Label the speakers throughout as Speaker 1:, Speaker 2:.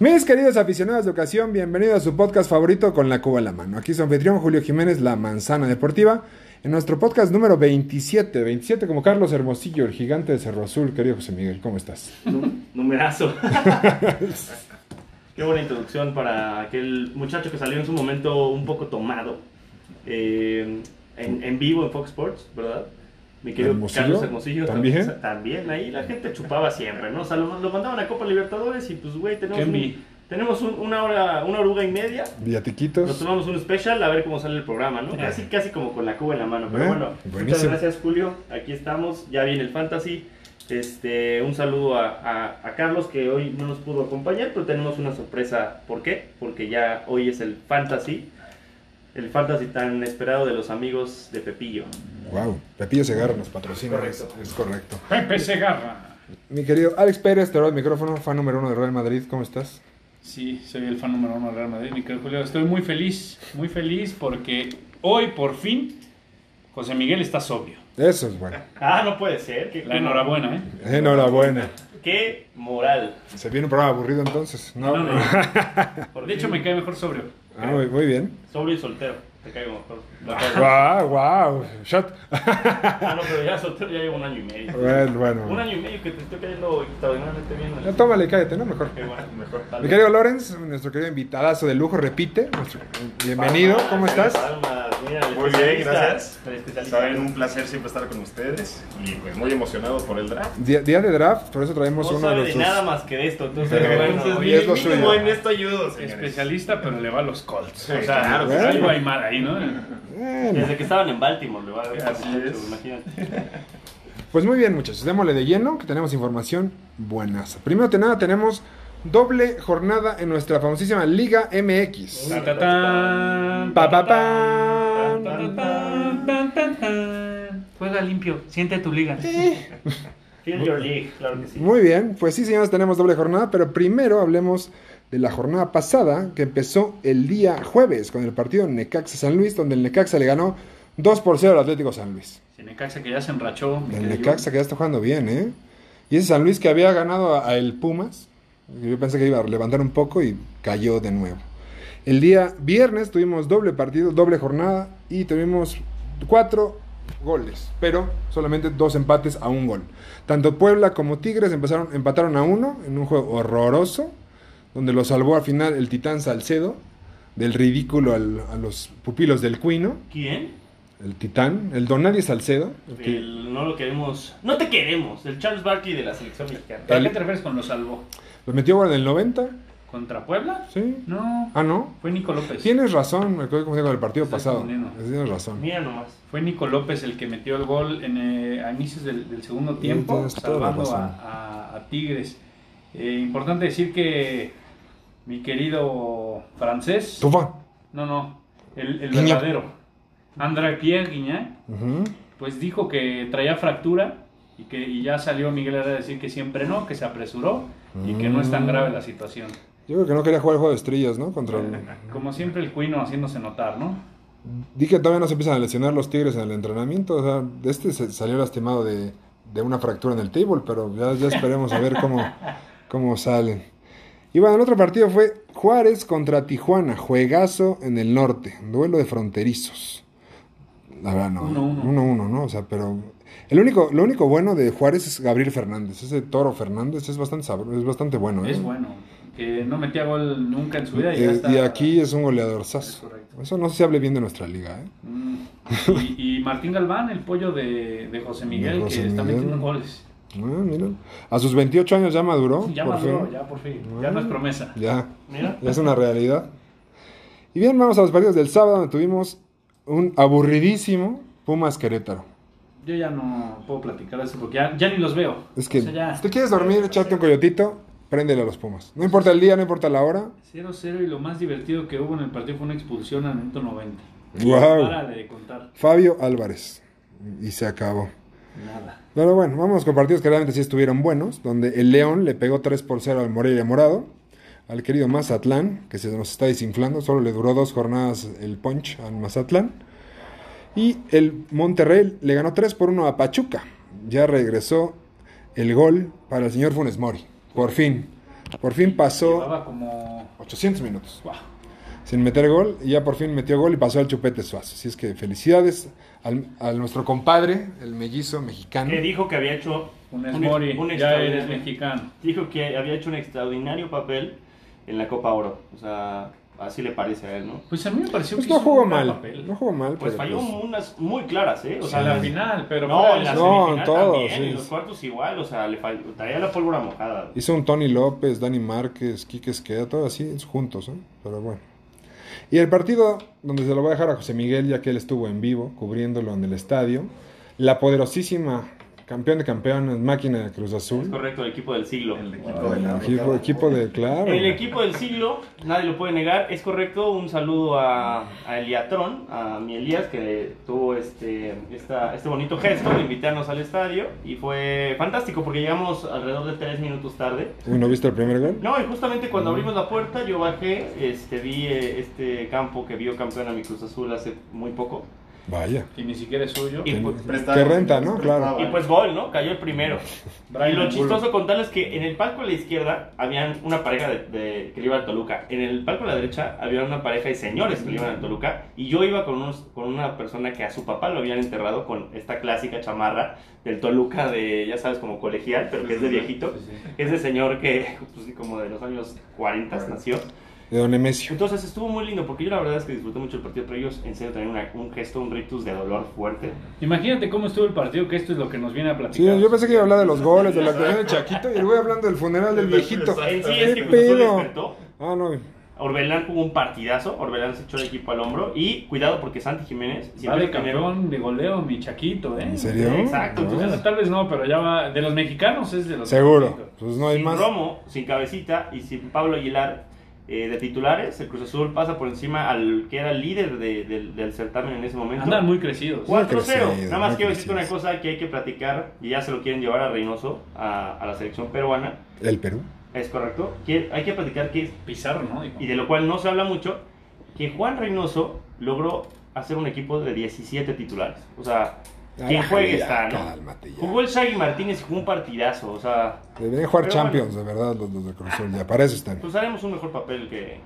Speaker 1: Mis queridos aficionados de ocasión, bienvenidos a su podcast favorito con la Cuba en la mano. Aquí su anfitrión Julio Jiménez, La Manzana Deportiva, en nuestro podcast número 27, 27 como Carlos Hermosillo, el gigante de Cerro Azul. Querido José Miguel, ¿cómo estás?
Speaker 2: Num- Numerazo. Qué buena introducción para aquel muchacho que salió en su momento un poco tomado eh, en, en vivo en Fox Sports, ¿verdad? Mi querido
Speaker 1: Hermosillo,
Speaker 2: Carlos Hermosillo
Speaker 1: ¿también?
Speaker 2: sa- También, ahí la gente chupaba siempre, ¿no? O sea, lo, lo mandaban a Copa Libertadores y pues, güey, tenemos,
Speaker 3: Kenny.
Speaker 2: un- tenemos un- una hora, una oruga y media. Nos
Speaker 1: Villatiquitos.
Speaker 2: tomamos un special a ver cómo sale el programa, ¿no? Casi, casi como con la cuba en la mano. Pero
Speaker 1: Eh,
Speaker 2: bueno, muchas
Speaker 1: buenísimo.
Speaker 2: gracias, Julio. Aquí estamos. Ya viene el Fantasy. Este, un saludo a, a- a Carlos que hoy no nos pudo acompañar, pero tenemos una sorpresa. ¿Por qué? Porque ya hoy es el Fantasy. El Fantasy tan esperado de los amigos de Pepillo.
Speaker 1: Wow, Pepillo Segarra nos patrocina.
Speaker 2: Correcto.
Speaker 1: Es, es correcto.
Speaker 3: Pepe Segarra.
Speaker 1: Mi querido Alex Pérez, te doy el micrófono, fan número uno de Real Madrid. ¿Cómo estás?
Speaker 3: Sí, soy el fan número uno del Real Madrid, mi querido Julio. Estoy muy feliz, muy feliz porque hoy por fin José Miguel está sobrio.
Speaker 1: Eso es bueno.
Speaker 2: Ah, no puede ser. Qué,
Speaker 3: La enhorabuena, ¿eh?
Speaker 1: Enhorabuena.
Speaker 2: qué moral.
Speaker 1: Se viene un programa aburrido entonces. No.
Speaker 3: No, no.
Speaker 2: Porque
Speaker 3: De hecho, me cae mejor sobrio.
Speaker 1: Ah, muy, muy bien.
Speaker 2: Sobrio y soltero. Te caigo mejor.
Speaker 3: Ah.
Speaker 1: Wow, wow. Shot.
Speaker 2: Ah, no, pero ya soltero ya llevo un año y medio.
Speaker 1: Bueno,
Speaker 2: Un
Speaker 1: bueno.
Speaker 2: año y medio que te estoy cayendo extraordinariamente bien.
Speaker 1: Ya Tómale, cállate, ¿no? Mejor.
Speaker 2: Qué bueno, pues mejor. tal
Speaker 1: Mi
Speaker 2: vez.
Speaker 1: querido Lorenz, nuestro querido invitadazo de lujo, repite. Nuestro- Bienvenido, ¿cómo estás?
Speaker 2: Palmas, mira, el
Speaker 4: Muy bien,
Speaker 2: especialista,
Speaker 4: gracias.
Speaker 2: el especialista.
Speaker 4: Saben, un placer siempre estar con ustedes y pues muy emocionado por el draft.
Speaker 1: Día, día de draft, por eso
Speaker 2: No
Speaker 1: traemos uno
Speaker 2: sabe
Speaker 1: de
Speaker 2: de
Speaker 1: nuestros.
Speaker 2: nada más que de esto, entonces,
Speaker 1: Pero
Speaker 2: bueno,
Speaker 1: entonces,
Speaker 2: oye,
Speaker 1: y es lo
Speaker 4: mínimo
Speaker 1: suyo.
Speaker 4: en esto ayudo, señores.
Speaker 3: Especialista, pero le va a los Colts. O
Speaker 4: Sí,
Speaker 3: sea,
Speaker 4: claro,
Speaker 1: claro.
Speaker 3: algo hay mal ahí, ¿no?
Speaker 1: Bueno,
Speaker 2: desde que estaban en Baltimore, le va a ver
Speaker 4: Así
Speaker 2: mucho,
Speaker 4: es.
Speaker 2: imagínate.
Speaker 1: Pues muy bien, muchachos, démosle de lleno, que tenemos información buenaza. Primero que nada, tenemos doble jornada en nuestra famosísima Liga MX.
Speaker 3: Ta, ta, tan,
Speaker 1: Pa, pa,
Speaker 3: ta,
Speaker 1: pa.
Speaker 3: tan, ta, ta, tan, tan, tan. Juega limpio, siente tu liga.
Speaker 2: Feel your league, claro que sí.
Speaker 1: Muy bien, pues sí, señores, tenemos doble jornada, pero primero hablemos de la jornada pasada que empezó el día jueves con el partido Necaxa-San Luis, donde el Necaxa le ganó 2 por 0 al Atlético San Luis.
Speaker 3: El Necaxa que ya se enrachó. mi
Speaker 1: El
Speaker 3: querido.
Speaker 1: Necaxa que ya está jugando bien, ¿eh? Y ese San Luis que había ganado a, a el Pumas, yo pensé que iba a levantar un poco y cayó de nuevo. El día viernes tuvimos doble partido, doble jornada y tuvimos cuatro goles, pero solamente dos empates a un gol. Tanto Puebla como Tigres empezaron, empataron a uno en un juego horroroso, donde lo salvó al final el Titán Salcedo, del ridículo al- a los pupilos del Cuino,
Speaker 2: ¿Quién?
Speaker 1: el Titán, el Donadie Salcedo. el que-
Speaker 2: El- no lo queremos. No te queremos. El Charles Barkley de la selección mexicana.
Speaker 3: ¿Para qué te refieres con lo salvó?
Speaker 1: Lo Pues metió gol en el 90,
Speaker 3: ¿Contra Puebla?
Speaker 1: sí.
Speaker 3: No.
Speaker 1: Ah, no.
Speaker 3: Fue Nico López.
Speaker 1: Tienes razón, me acuerdo como digo, el partido
Speaker 3: Estoy
Speaker 1: pasado.
Speaker 3: confundiendo.
Speaker 1: Tienes razón.
Speaker 2: Mira nomás.
Speaker 3: Fue Nico López el que metió el gol en, eh, a inicios del, del segundo tiempo,
Speaker 1: tienes toda la
Speaker 3: salvando a,
Speaker 1: razón.
Speaker 3: a- a Tigres. Eh, importante decir que mi querido francés,
Speaker 1: Tufán.
Speaker 3: no, no, el, el
Speaker 1: Guiñac.
Speaker 3: verdadero, André Pierre Guignac,
Speaker 1: Ujú.
Speaker 3: pues dijo que traía fractura y que y ya salió Miguel Herrera a decir que siempre no, que se apresuró y que no es tan grave la situación.
Speaker 1: Yo creo que no quería jugar el juego de estrellas, ¿no? Contra el...
Speaker 3: Como siempre el cuino haciéndose notar, ¿no?
Speaker 1: Dije que todavía no se empiezan a lesionar los Tigres en el entrenamiento. O sea, este se salió lastimado de, de una fractura en el table, pero ya, ya esperemos a ver cómo, cómo salen. Y bueno, el otro partido fue Juárez contra Tijuana, juegazo en el norte, duelo de fronterizos. La verdad, no.
Speaker 3: 1-1.
Speaker 1: 1-1, ¿no? O sea, pero. El único, lo único bueno de Juárez es Gabriel Fernández. Ese toro Fernández es bastante sabro- es bastante bueno, ¿eh?
Speaker 3: Es bueno, que no metía gol nunca en su vida. ya
Speaker 1: Eh,
Speaker 3: está-
Speaker 1: y aquí es un goleadorzazo.
Speaker 3: Es correcto.
Speaker 1: Eso no se hable bien de nuestra liga, ¿eh?
Speaker 3: Mm. Y, y Martín Galván, el pollo de, de José Miguel,
Speaker 1: De José
Speaker 3: que está
Speaker 1: Miguel.
Speaker 3: metiendo goles.
Speaker 1: Ah, mira. A sus 28 años ya maduró.
Speaker 3: Ya
Speaker 1: por
Speaker 3: maduró,
Speaker 1: fin.
Speaker 3: ya por fin. Ya no es promesa.
Speaker 1: Ya,
Speaker 2: Mira.
Speaker 1: ya es una realidad. Y bien, vamos a los partidos del sábado donde tuvimos un aburridísimo Pumas Querétaro.
Speaker 3: Yo ya no puedo platicar de eso porque ya, ya ni los veo.
Speaker 1: Es que
Speaker 3: O sea, ya-
Speaker 1: si te quieres dormir, echarte un coyotito, Préndele a los Pumas. No importa el día, no importa la hora.
Speaker 3: 0-0 y lo más divertido que hubo en el partido fue una expulsión al minuto 90.
Speaker 1: ¡Wow!
Speaker 3: Párale de contar.
Speaker 1: Fabio Álvarez. Y se acabó.
Speaker 3: Nada.
Speaker 1: Pero bueno, vamos con partidos que realmente sí estuvieron buenos, donde el León le pegó 3 por 0 al Morelia Morado, al querido Mazatlán, que se nos está desinflando, solo le duró dos jornadas el punch al Mazatlán, y el Monterrey le ganó 3 por 1 a Pachuca, ya regresó el gol para el señor Funes Mori, por fin, por fin pasó
Speaker 3: Llevaba como...
Speaker 1: 800 minutos
Speaker 3: Buah.
Speaker 1: sin meter gol, y ya por fin metió gol y pasó al Chupete Suazo, así es que felicidades al, a nuestro compadre, el mellizo mexicano.
Speaker 2: Que dijo que había hecho
Speaker 3: Un
Speaker 2: un-
Speaker 3: Mori,
Speaker 2: un
Speaker 3: ya
Speaker 2: extraordinario-
Speaker 3: eres mexicano.
Speaker 2: Dijo que había hecho un extraordinario papel en la Copa Oro. O sea, así le parece a él, ¿no?
Speaker 3: Pues a mí me pareció
Speaker 1: Pues
Speaker 3: que
Speaker 1: no
Speaker 3: hizo un
Speaker 1: jugó
Speaker 3: gran
Speaker 1: mal,
Speaker 3: papel.
Speaker 1: no jugó mal.
Speaker 2: Pues
Speaker 1: pero
Speaker 2: falló
Speaker 1: pues-
Speaker 2: unas muy claras, ¿eh? O
Speaker 3: O
Speaker 2: sea,
Speaker 3: sea,
Speaker 1: Sí.
Speaker 3: la final, pero...
Speaker 2: no,
Speaker 3: fuera
Speaker 2: en
Speaker 3: de
Speaker 2: la
Speaker 3: eso-
Speaker 1: No,
Speaker 2: semifinal
Speaker 1: en todos,
Speaker 2: también,
Speaker 1: sí.
Speaker 2: en los cuartos igual, o sea, le falló, traía la pólvora mojada.
Speaker 1: Hizo un Tony López, Dani Márquez, Quique Esqueda, todo así, es juntos, ¿eh? Pero bueno. Y el partido donde se lo voy a dejar a José Miguel, ya que él estuvo en vivo, cubriéndolo en el estadio. La poderosísima campeón de campeones, máquina de Cruz
Speaker 2: Es
Speaker 1: Azul.
Speaker 2: correcto, el equipo del siglo.
Speaker 4: El equipo
Speaker 1: El
Speaker 4: de la
Speaker 1: equipo, equipo de, claro.
Speaker 2: El equipo del siglo, nadie lo puede negar, es correcto. Un saludo a, a Eliatrón, a mi Elías, que tuvo este, esta- este bonito gesto de invitarnos al estadio. Y fue fantástico porque llegamos alrededor de tres minutos tarde.
Speaker 1: Uy, ¿no viste el primer gol?
Speaker 2: No, y justamente cuando abrimos la puerta, yo bajé, este, vi eh, este campo que vio campeón a mi Cruz Azul hace muy poco.
Speaker 1: Vaya.
Speaker 3: Que ni siquiera es suyo.
Speaker 2: Y pues,
Speaker 4: Prestado.
Speaker 1: Que renta, ¿no? Claro.
Speaker 2: y pues gol, ¿no? Cayó el primero. Y
Speaker 3: Brian
Speaker 2: lo
Speaker 3: Angulo.
Speaker 2: chistoso contarles que en el palco a la izquierda habían una pareja de, de- que le iba al Toluca. En el palco a la derecha había una pareja de señores que le iban al Toluca. Y yo iba con, unos, con una persona que a su papá lo habían enterrado con esta clásica chamarra del Toluca de, ya sabes, como colegial, pero que es de viejito.
Speaker 3: Sí, sí.
Speaker 2: Es de señor que, pues, sí, como de los años 40 nació.
Speaker 1: De Don Emesio.
Speaker 2: Entonces estuvo muy lindo porque yo la verdad es que disfruté mucho el partido, pero ellos en serio tenían una- un gesto, un rictus de dolor fuerte.
Speaker 3: Imagínate cómo estuvo el partido, que esto es lo que nos viene a
Speaker 1: Sí,
Speaker 3: platicar.
Speaker 1: yo pensé que iba a hablar de los goles, de la actuación de Chaquito, y le voy hablando del funeral del viejito.
Speaker 2: En sí
Speaker 1: ¿Qué
Speaker 2: es que Cruz Azul
Speaker 1: pedo?
Speaker 2: despertó.
Speaker 1: Ah, no.
Speaker 2: Orbelán jugó un partidazo, Orbelán se echó el equipo al hombro y cuidado porque Santi Jiménez
Speaker 3: Va
Speaker 2: siempre
Speaker 3: de
Speaker 2: es primero.
Speaker 3: campeón de goleo, mi chaquito, ¿eh?
Speaker 1: ¿En serio?
Speaker 2: Exacto,
Speaker 1: Ah.
Speaker 3: Bueno, tal vez no, pero ya va. De los mexicanos es de los.
Speaker 1: Seguro.
Speaker 3: mexicanos.
Speaker 1: Pues no hay
Speaker 2: sin
Speaker 1: más.
Speaker 2: Romo, sin Cabecita y sin Pablo Aguilar eh, de titulares, el Cruz Azul pasa por encima al que era el líder de- del- del certamen en ese momento.
Speaker 3: Andan muy
Speaker 1: Muy
Speaker 3: crecidos.
Speaker 2: 4-0.
Speaker 1: crecidos,
Speaker 2: Nada más
Speaker 1: muy
Speaker 2: quiero decirte una
Speaker 1: crecidos.
Speaker 2: cosa que hay que platicar y ya se lo quieren llevar a Reynoso, a, a la selección peruana.
Speaker 1: El Perú.
Speaker 2: ¿Es correcto? Que hay que platicar que,
Speaker 3: Pizarro, ¿no? Digo.
Speaker 2: y de lo cual no se habla mucho, que Juan Reynoso logró hacer un equipo de 17 titulares. O sea, quien
Speaker 1: Ah,
Speaker 2: juegue
Speaker 1: ya,
Speaker 2: está, ¿no?
Speaker 1: Cálmate ya.
Speaker 2: Jugó el Shaggy Martínez y jugó un partidazo. O sea,
Speaker 1: Deberían jugar
Speaker 2: Pero
Speaker 1: Champions, de verdad, los, los de Cruz Azul. Ya, para eso están.
Speaker 2: pues haremos un mejor papel que,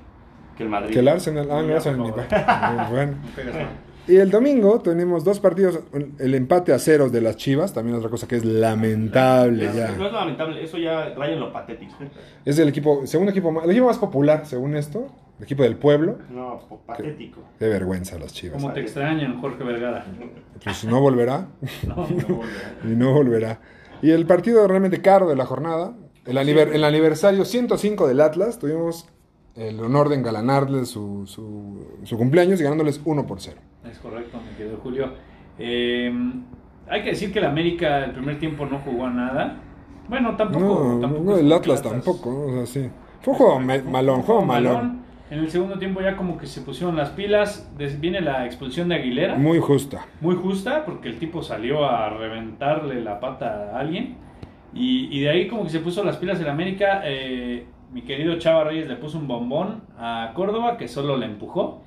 Speaker 2: que el Madrid.
Speaker 1: Que el Arsenal. Ah, no,
Speaker 3: Ya,
Speaker 1: Arsenal ni
Speaker 3: por
Speaker 1: va. Muy bueno.
Speaker 3: No pegas nada.
Speaker 1: Y el domingo tenemos dos partidos. un- El empate a ceros de las Chivas. También otra cosa que es lamentable
Speaker 2: Es- No
Speaker 1: ya.
Speaker 2: es lamentable, eso ya raya en lo patético.
Speaker 1: Es el equipo, segundo equipo más, el equipo más popular, según esto. El equipo del pueblo.
Speaker 2: No, po- patético.
Speaker 1: Qué vergüenza las Chivas.
Speaker 3: Como te extrañan, Jorge Vergara.
Speaker 1: Pues no volverá.
Speaker 3: No, ¿eh?
Speaker 1: Y no volverá. Y el partido realmente caro de la jornada, el, aniver- el aniversario 105 del Atlas, tuvimos el honor de engalanarles su, su, su cumpleaños y ganándoles 1 por 0.
Speaker 3: es correcto, mi querido Julio. Eh, hay que decir que la América el primer tiempo no jugó a nada. Bueno, tampoco.
Speaker 1: No,
Speaker 3: tampoco
Speaker 1: no,
Speaker 3: es
Speaker 1: el
Speaker 3: que
Speaker 1: Atlas tampoco, ¿no? o sea, sí. Fue un juego me- malón, juego malón.
Speaker 3: En el segundo tiempo ya como que se pusieron las pilas. Des- Viene la expulsión de Aguilera.
Speaker 1: Muy
Speaker 3: Muy,
Speaker 1: justa.
Speaker 3: justa porque el tipo salió a reventarle la pata a alguien. Y, y de ahí como que se puso las pilas en América. Eh, mi querido Chava Reyes le puso un bombón a Córdoba que solo le empujó.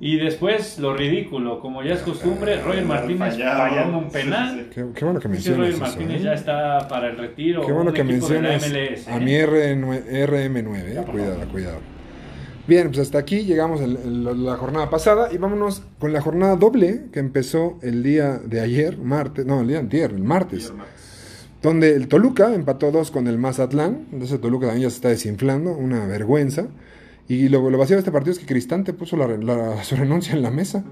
Speaker 3: Y después lo ridículo, como ya es costumbre, Roger
Speaker 4: Ah,
Speaker 3: Martínez
Speaker 4: Fallado.
Speaker 3: fallando un
Speaker 4: Sí,
Speaker 3: penal.
Speaker 4: sí, sí.
Speaker 1: Qué, qué bueno que
Speaker 3: Dice Roger
Speaker 1: mencionas eso.
Speaker 3: Martínez
Speaker 1: ¿eh?
Speaker 3: ya está para el retiro.
Speaker 1: Qué bueno
Speaker 3: un
Speaker 1: que
Speaker 3: equipo de la
Speaker 1: mencionas
Speaker 3: MLS,
Speaker 1: a
Speaker 3: ¿eh?
Speaker 1: mi RN9- RM9, eh,
Speaker 3: Ya, por
Speaker 1: cuidado,
Speaker 3: favor.
Speaker 1: cuidado. Bien, pues hasta aquí llegamos el- el- la jornada pasada y vámonos con la jornada doble que empezó el día de ayer, martes, no, el día antier, el martes, donde el Toluca empató dos con el Mazatlán, entonces el Toluca también ya se está desinflando, una vergüenza. Y lo, lo vacío de este partido es que Cristante puso la, re- la- su renuncia en la mesa.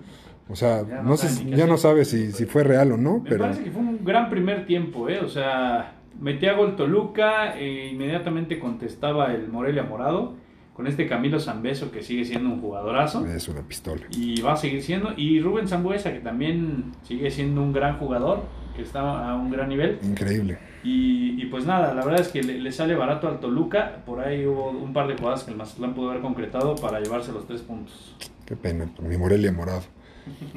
Speaker 1: O sea,
Speaker 3: Ya no
Speaker 1: no sé,
Speaker 3: saben
Speaker 1: si-
Speaker 3: ni qué
Speaker 1: ya no
Speaker 3: hacer.
Speaker 1: sabe si, si fue real o no,
Speaker 3: Me
Speaker 1: pero...
Speaker 3: parece que fue un gran primer tiempo, ¿eh? O sea, metía gol Toluca, e inmediatamente contestaba el Morelia Morado con este Camilo Zambeso que sigue siendo un jugadorazo
Speaker 1: Es una pistola.
Speaker 3: y va a seguir siendo. Y Rubén Zambuesa que también sigue siendo un gran jugador. que está a un gran nivel.
Speaker 1: Increíble.
Speaker 3: Y, y pues nada, la verdad es que le, le sale barato al Toluca. Por ahí hubo un par de jugadas que el Mazatlán pudo haber concretado para llevarse los tres puntos.
Speaker 1: Qué pena, por mi Morelia morado.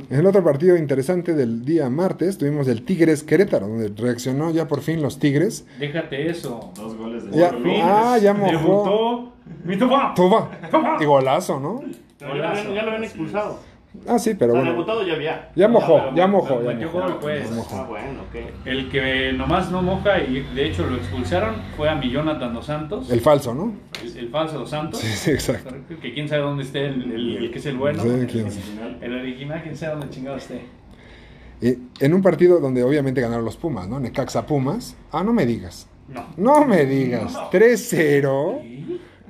Speaker 1: En el otro partido interesante del día martes tuvimos el Tigres Querétaro, donde reaccionó ya por fin los Tigres.
Speaker 3: Déjate eso.
Speaker 4: Dos goles de
Speaker 1: Ya.
Speaker 4: Borja
Speaker 3: Fin,
Speaker 4: López.
Speaker 1: Ah, ya mojó.
Speaker 3: Debutó. ¡Mi Tufá!
Speaker 1: Tuba. Y golazo, ¿no?
Speaker 2: Pero ya, lo habían, ya lo habían expulsado.
Speaker 1: Ah, sí, pero
Speaker 2: Al
Speaker 1: bueno.
Speaker 2: debutado ya había.
Speaker 1: Ya mojó,
Speaker 3: pero-
Speaker 1: ya mojó.
Speaker 3: pero
Speaker 1: ya
Speaker 3: metió
Speaker 1: mojó,
Speaker 3: gol, pues.
Speaker 1: ya mojó.
Speaker 2: Ah, bueno, ok.
Speaker 3: El que nomás no moja y de hecho lo expulsaron fue a mi Jonathan Dos Santos, el,
Speaker 1: El falso, ¿no?
Speaker 3: el falso Dos Santos.
Speaker 1: Sí, sí, exacto.
Speaker 3: Que quién sabe dónde esté el, el- el que es el bueno.
Speaker 1: Sí, quién sabe.
Speaker 4: Original.
Speaker 3: El original, quién sabe dónde chingado esté.
Speaker 1: Y en un partido donde obviamente ganaron los Pumas, ¿no? Necaxa Pumas. Ah, no me digas.
Speaker 3: No.
Speaker 1: No me digas. 3-0.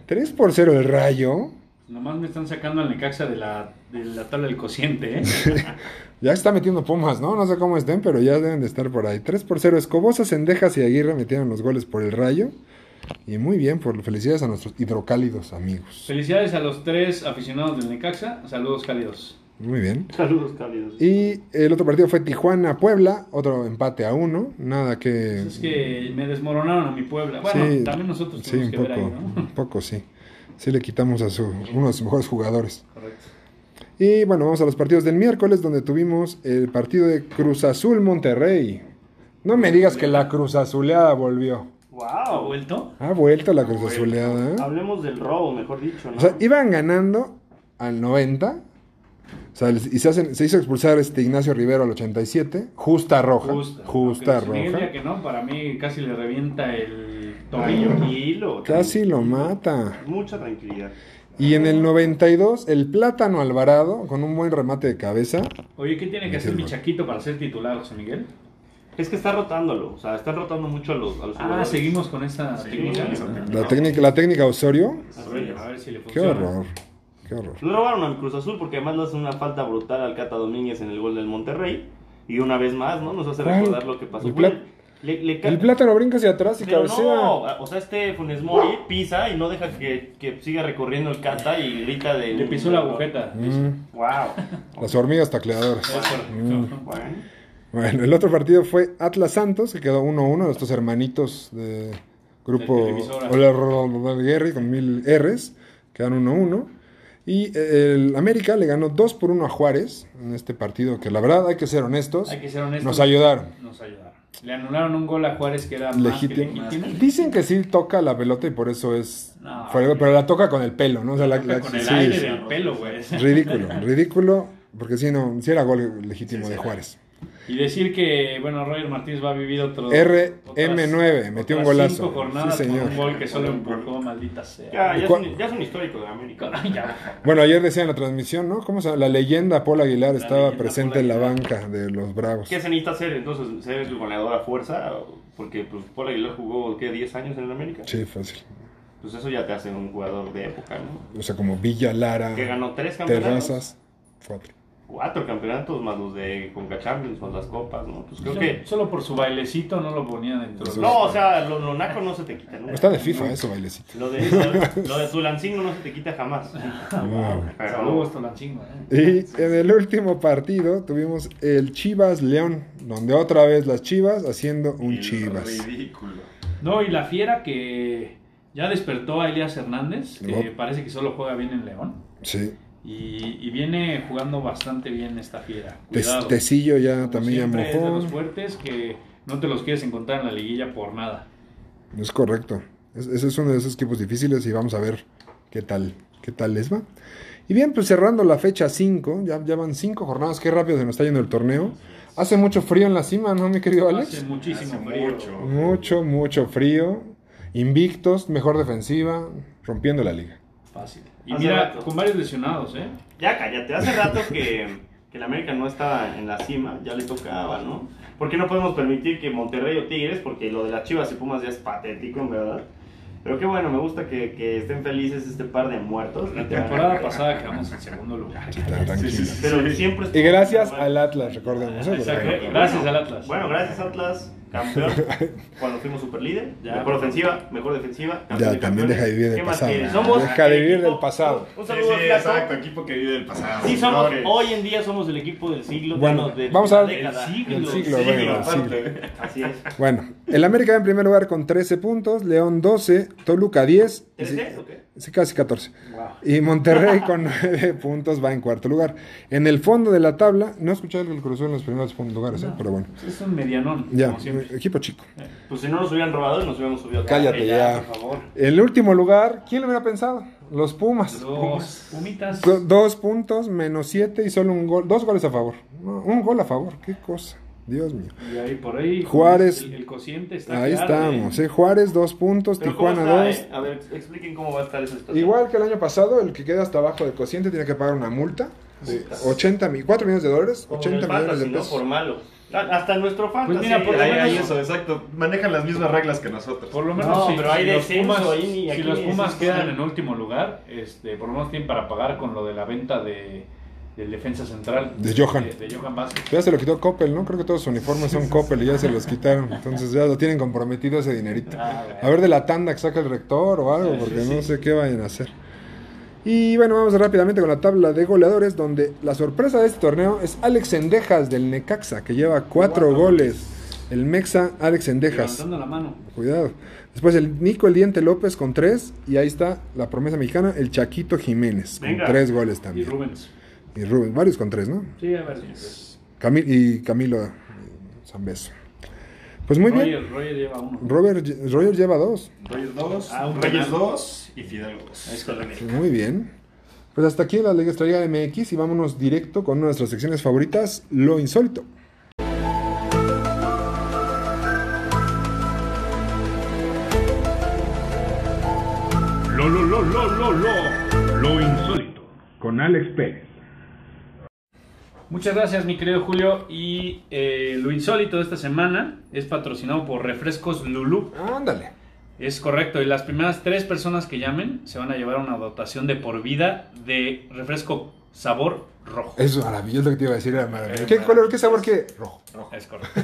Speaker 1: 3 por 0 el rayo.
Speaker 3: Nomás me están sacando al Necaxa de la, de la tabla del cociente, ¿eh?
Speaker 1: Ya está metiendo Pumas, ¿no? No sé cómo estén, pero ya deben de estar por ahí. 3 por 0. Escobosa, Sendejas y Aguirre metieron los goles por el rayo. Y muy bien, por felicidades a nuestros hidrocálidos amigos.
Speaker 3: Felicidades a los tres aficionados del Necaxa. Saludos cálidos.
Speaker 1: Muy bien.
Speaker 2: Saludos cálidos.
Speaker 1: Y el otro partido fue Tijuana-Puebla, otro empate a uno, nada que...
Speaker 3: Pues Es que me desmoronaron a mi Puebla. Bueno,
Speaker 1: Sí,
Speaker 3: también nosotros
Speaker 1: sí,
Speaker 3: tenemos
Speaker 1: un
Speaker 3: que
Speaker 1: poco,
Speaker 3: ver ahí, ¿no?
Speaker 1: un poco, sí. Sí le quitamos a su, uno de sus mejores jugadores.
Speaker 3: Correcto.
Speaker 1: Y bueno, vamos a los partidos del miércoles, donde tuvimos el partido de Cruz Azul-Monterrey. No me digas que la Cruz Azuleada volvió.
Speaker 3: ¿Ha
Speaker 2: Wow.
Speaker 3: vuelto?
Speaker 1: Ha vuelto la Cruz Azuleada. ¿eh?
Speaker 2: Hablemos del robo, mejor dicho, ¿no?
Speaker 1: O sea, iban ganando al 90. O sea, y se, hacen- se hizo expulsar este Ignacio Rivero al 87. Justa roja. Justa,
Speaker 3: Aunque Miguel
Speaker 1: roja.
Speaker 3: diga que no, para mí casi le revienta el tobillo.
Speaker 2: Tranquilo.
Speaker 1: Casi
Speaker 2: tranquilo.
Speaker 1: lo mata.
Speaker 2: Mucha tranquilidad.
Speaker 1: Y en el 92, el plátano Alvarado, con un buen remate de cabeza.
Speaker 3: Oye, ¿qué tiene que hacer mi chaquito para ser titular, José Miguel?
Speaker 2: Es que está rotándolo, o sea, están rotando mucho a los, a los
Speaker 3: Ah,
Speaker 2: jugadores.
Speaker 3: seguimos con esta
Speaker 4: Seguimos
Speaker 3: técnica.
Speaker 4: con esa técnica.
Speaker 1: La técnica, la técnica Osorio.
Speaker 3: A ver, a ver si le
Speaker 1: Ah. Qué
Speaker 3: funciona.
Speaker 1: horror. Qué horror.
Speaker 2: Le robaron al Cruz Azul porque además le hacen una falta brutal al Cata Domínguez en el gol del Monterrey. Y una vez más, ¿no? Nos hace
Speaker 1: ¿Cuál?
Speaker 2: recordar lo que pasó.
Speaker 1: El
Speaker 2: Güey,
Speaker 1: plat-
Speaker 2: le, le ca-
Speaker 1: El plátano brinca hacia atrás y
Speaker 2: Pero no,
Speaker 1: cabecea.
Speaker 2: o sea, este Funes Mori pisa y no deja que, que siga recorriendo el Cata y grita de...
Speaker 3: Le pisó la agujeta.
Speaker 1: Mm,
Speaker 2: Wow.
Speaker 1: las hormigas tacleadoras.
Speaker 3: Es
Speaker 1: Mm.
Speaker 3: correcto.
Speaker 2: Bueno,
Speaker 1: Bueno, el otro partido fue Atlas Santos, que quedó 1-1 de estos hermanitos de grupo
Speaker 3: De televisora.
Speaker 1: Hola, Ronald Guerri con mil R's, quedaron 1-1. Y eh, el América le ganó 2 por 1 a Juárez en este partido, que la verdad hay que ser honestos,
Speaker 3: Hay que ser honestos.
Speaker 1: nos ayudaron.
Speaker 3: Nos ayudaron. Le anularon un gol a Juárez que era más que
Speaker 1: Legítimo.
Speaker 3: legítimo.
Speaker 1: Dicen que sí toca la pelota y por eso es
Speaker 3: No.
Speaker 1: fuera de gol, pero la toca con el pelo, ¿no? O sea, la- la-
Speaker 3: Con el
Speaker 1: sí,
Speaker 3: aire
Speaker 1: sí.
Speaker 3: del pelo, güey.
Speaker 1: Ridículo, ridículo, porque si no, si era gol legítimo de Juárez.
Speaker 3: Y decir que, bueno, Roger Martínez va a vivir otro.
Speaker 1: RM9,
Speaker 3: otras
Speaker 1: metió un golazo.
Speaker 3: Cinco jornadas
Speaker 1: Sí, señor.
Speaker 3: con un gol que solo empujó, maldita
Speaker 2: ya,
Speaker 3: sea.
Speaker 2: ya, es
Speaker 1: ¿Cuál?
Speaker 2: un, ya es un histórico de América.
Speaker 3: Ay, ya.
Speaker 1: Bueno, ayer decía en la transmisión, ¿no? ¿Cómo se llama? La leyenda Paul Aguilar
Speaker 3: La
Speaker 1: estaba
Speaker 3: leyenda
Speaker 1: presente
Speaker 3: Paul
Speaker 1: en la
Speaker 3: Aguilar.
Speaker 1: banca de los Bravos.
Speaker 2: ¿Qué se necesita hacer entonces? ¿Ser el goleador a fuerza? Porque pues Paul Aguilar jugó, ¿qué? ¿10 años en el América?
Speaker 1: Sí, fácil.
Speaker 2: Pues eso ya te hace un jugador de época, ¿no?
Speaker 1: O sea, como Villa Lara,
Speaker 2: Que ganó 3 campeonatos.
Speaker 1: Terrazas, cuatro.
Speaker 2: cuatro campeonatos más los de Conca Champions, más las copas, ¿no? Pues creo que.
Speaker 3: Solo por su bailecito no lo ponía dentro.
Speaker 2: No, o sea, lo, lo naco no se te quita nunca.
Speaker 1: Está de FIFA eso, bailecito.
Speaker 2: Lo de, lo de Tulancingo no se te quita jamás.
Speaker 3: Ah,
Speaker 1: Wow.
Speaker 2: Pero-
Speaker 3: Saludos, Tolanchingo. ¿eh?
Speaker 1: Y en el último partido tuvimos el Chivas León, donde otra vez las Chivas haciendo un
Speaker 4: El
Speaker 1: Chivas.
Speaker 4: Ridículo.
Speaker 3: No, y la fiera que ya despertó a Elias Hernández, que
Speaker 1: No.
Speaker 3: parece que solo juega bien en León.
Speaker 1: Sí.
Speaker 3: Y, y viene jugando bastante bien esta fiera.
Speaker 1: Te-
Speaker 3: Cuidado.
Speaker 1: Tecillo ya
Speaker 3: Como
Speaker 1: también
Speaker 3: siempre,
Speaker 1: ya
Speaker 3: Es de
Speaker 1: mojó.
Speaker 3: los fuertes que no te los quieres encontrar en la liguilla por nada.
Speaker 1: Es correcto. Es- ese es uno de esos equipos difíciles y vamos a ver qué tal, qué tal les va. Y bien, pues cerrando la fecha 5, ya, ya van 5 jornadas, qué rápido se nos está yendo el torneo. Hace mucho frío en la cima, ¿no, mi querido
Speaker 3: Hace
Speaker 1: Alex?
Speaker 3: muchísimo
Speaker 4: Hace
Speaker 3: frío.
Speaker 4: mucho.
Speaker 1: Mucho, mucho frío. Invictos, mejor defensiva, rompiendo la liga.
Speaker 3: Fácil. Y
Speaker 2: Hace
Speaker 3: mira,
Speaker 2: rato.
Speaker 3: con varios lesionados, ¿eh?
Speaker 2: Ya cállate, hace rato que, que el América no estaba en la cima, ya le tocaba, ¿no? Porque no podemos permitir que Monterrey o Tigres, porque lo de las Chivas y Pumas ya es patético, en verdad. Pero qué bueno, me gusta que, que estén felices este par de muertos.
Speaker 3: La temporada pasada quedamos en segundo lugar.
Speaker 1: Tan tranquilo.
Speaker 4: Sí, sí, sí.
Speaker 2: Pero siempre
Speaker 1: Y gracias al Atlas, recordemos. ¿eh?
Speaker 3: Exacto.
Speaker 1: Porque-
Speaker 3: Gracias al Atlas.
Speaker 2: Bueno, gracias Atlas. campeón, cuando fuimos superlíder,
Speaker 3: Ya.
Speaker 2: mejor ofensiva, mejor defensiva. campeón
Speaker 1: Ya,
Speaker 2: de
Speaker 1: también
Speaker 2: campeones.
Speaker 1: deja de vivir del
Speaker 2: ¿Qué más
Speaker 1: pasado.
Speaker 2: quieres? Somos
Speaker 1: Deja de
Speaker 2: el
Speaker 1: vivir
Speaker 2: equipo-
Speaker 1: del pasado.
Speaker 2: Un
Speaker 4: Sí,
Speaker 2: saludo
Speaker 4: sí,
Speaker 2: al Flaco.
Speaker 4: exacto, equipo que vive del pasado.
Speaker 2: Sí, somos,
Speaker 4: señores.
Speaker 2: hoy en día somos el equipo del siglo.
Speaker 1: Bueno,
Speaker 2: de los de
Speaker 1: vamos
Speaker 2: la
Speaker 1: a-
Speaker 2: década.
Speaker 3: del siglo.
Speaker 1: Del siglo,
Speaker 4: Sí,
Speaker 1: bueno, del siglo.
Speaker 4: aparte.
Speaker 2: Así es.
Speaker 1: Bueno, el América va en primer lugar con 13 puntos, León 12, Toluca 10, y sí-
Speaker 2: ¿13 o qué?
Speaker 1: sí, casi 14.
Speaker 3: Wow.
Speaker 1: Y Monterrey con 9 puntos va en cuarto lugar. En el fondo de la tabla, no escuché el Cruz Azul en los primeros pon- lugares, eh, pero bueno.
Speaker 3: Es un medianón,
Speaker 1: Ya, eh,
Speaker 3: como siempre.
Speaker 1: equipo chico.
Speaker 2: Pues si no nos hubieran robado, nos hubiéramos subido acá.
Speaker 1: Cállate
Speaker 2: Eh,
Speaker 1: ya.
Speaker 3: Por favor.
Speaker 1: El último lugar, ¿quién lo hubiera pensado? Los Pumas.
Speaker 3: Los Pumitas.
Speaker 1: Do- dos puntos, menos siete y solo un gol. Dos goles a favor. No, un gol a favor, qué cosa. Dios mío.
Speaker 3: Y ahí por ahí.
Speaker 1: Juárez.
Speaker 3: El, el cociente está.
Speaker 1: Ahí
Speaker 3: que arde.
Speaker 1: estamos. ¿eh? Juárez, dos puntos,
Speaker 2: Pero ¿cómo
Speaker 1: Tijuana,
Speaker 2: está,
Speaker 1: dos.
Speaker 2: eh? A ver, expliquen cómo va a estar esa situación.
Speaker 1: Igual que el año pasado, el que queda hasta abajo del cociente tiene que pagar una multa de 80 mil, 4 millones de dólares,
Speaker 2: Como en
Speaker 1: 80 millones
Speaker 2: el
Speaker 1: de
Speaker 2: fantasy, ¿no?
Speaker 1: pesos.
Speaker 2: Por malo. A- Hasta en nuestro fantasy.
Speaker 3: Pues mira, por lo
Speaker 2: hay-
Speaker 3: menos-
Speaker 2: hay
Speaker 4: Ahí
Speaker 2: eso.
Speaker 4: eso, exacto. Manejan las mismas reglas que nosotros.
Speaker 3: Por lo menos,
Speaker 2: No,
Speaker 3: si,
Speaker 2: pero hay
Speaker 3: si los
Speaker 2: descenso
Speaker 3: Pumas,
Speaker 2: ahí, ni
Speaker 3: si
Speaker 2: aquí
Speaker 3: los
Speaker 2: ni
Speaker 3: Pumas
Speaker 2: descenso
Speaker 3: quedan
Speaker 2: hay.
Speaker 3: en último lugar, este, por lo menos tienen para pagar con lo de la venta de, del defensa central.
Speaker 1: De Johan.
Speaker 3: De, de Johan Vázquez.
Speaker 1: Ya se lo quitó Coppel, ¿no? Creo que todos sus uniformes son Coppel y ya se los quitaron. Entonces ya lo tienen comprometido ese dinerito.
Speaker 3: Ah,
Speaker 1: A ver de la tanda que saca el rector o algo,
Speaker 3: Sí,
Speaker 1: porque
Speaker 3: sí,
Speaker 1: no
Speaker 3: sí.
Speaker 1: sé qué vayan a hacer. Y bueno, vamos rápidamente con la tabla de goleadores, donde la sorpresa de este torneo es Alex Endejas del Necaxa, que lleva cuatro goles. El Mexa Alex Endejas.
Speaker 3: Levantando la mano.
Speaker 1: Cuidado. Después el Nico El Diente López con tres. Y ahí está la promesa mexicana, el Chaquito Jiménez, con
Speaker 2: Venga.
Speaker 1: tres goles
Speaker 3: Y
Speaker 1: también.
Speaker 3: Rubens.
Speaker 1: Y Rubén, varios con tres, ¿no?
Speaker 3: Sí, a ver. pues,
Speaker 1: Cami- y Camilo eh, Zambeso. Pues muy bien.
Speaker 3: Roger, Roger lleva uno.
Speaker 1: Robert, lle- Roger lleva dos.
Speaker 4: Reyes 2,
Speaker 3: Ah, un
Speaker 4: Reyes
Speaker 3: penal.
Speaker 4: 2 y Fidalgo 2.
Speaker 3: Es correcto.
Speaker 1: Muy bien. Pues hasta aquí la Liga Estrella MX y vámonos directo con una de nuestras secciones favoritas, lo insólito.
Speaker 5: Lo, lo, lo, lo, lo, lo, lo insólito. Con Alex Pérez.
Speaker 3: Muchas gracias, mi querido Julio. Y eh, lo insólito de esta semana es patrocinado por Refrescos Lulú.
Speaker 1: Ándale.
Speaker 3: Es correcto, y las primeras tres personas que llamen se van a llevar una dotación de por vida de refresco sabor rojo.
Speaker 1: Es maravilloso lo que te iba a decir, era maravilloso.
Speaker 4: Eh,
Speaker 1: ¿Qué color, qué sabor, qué? Rojo.
Speaker 3: Es correcto.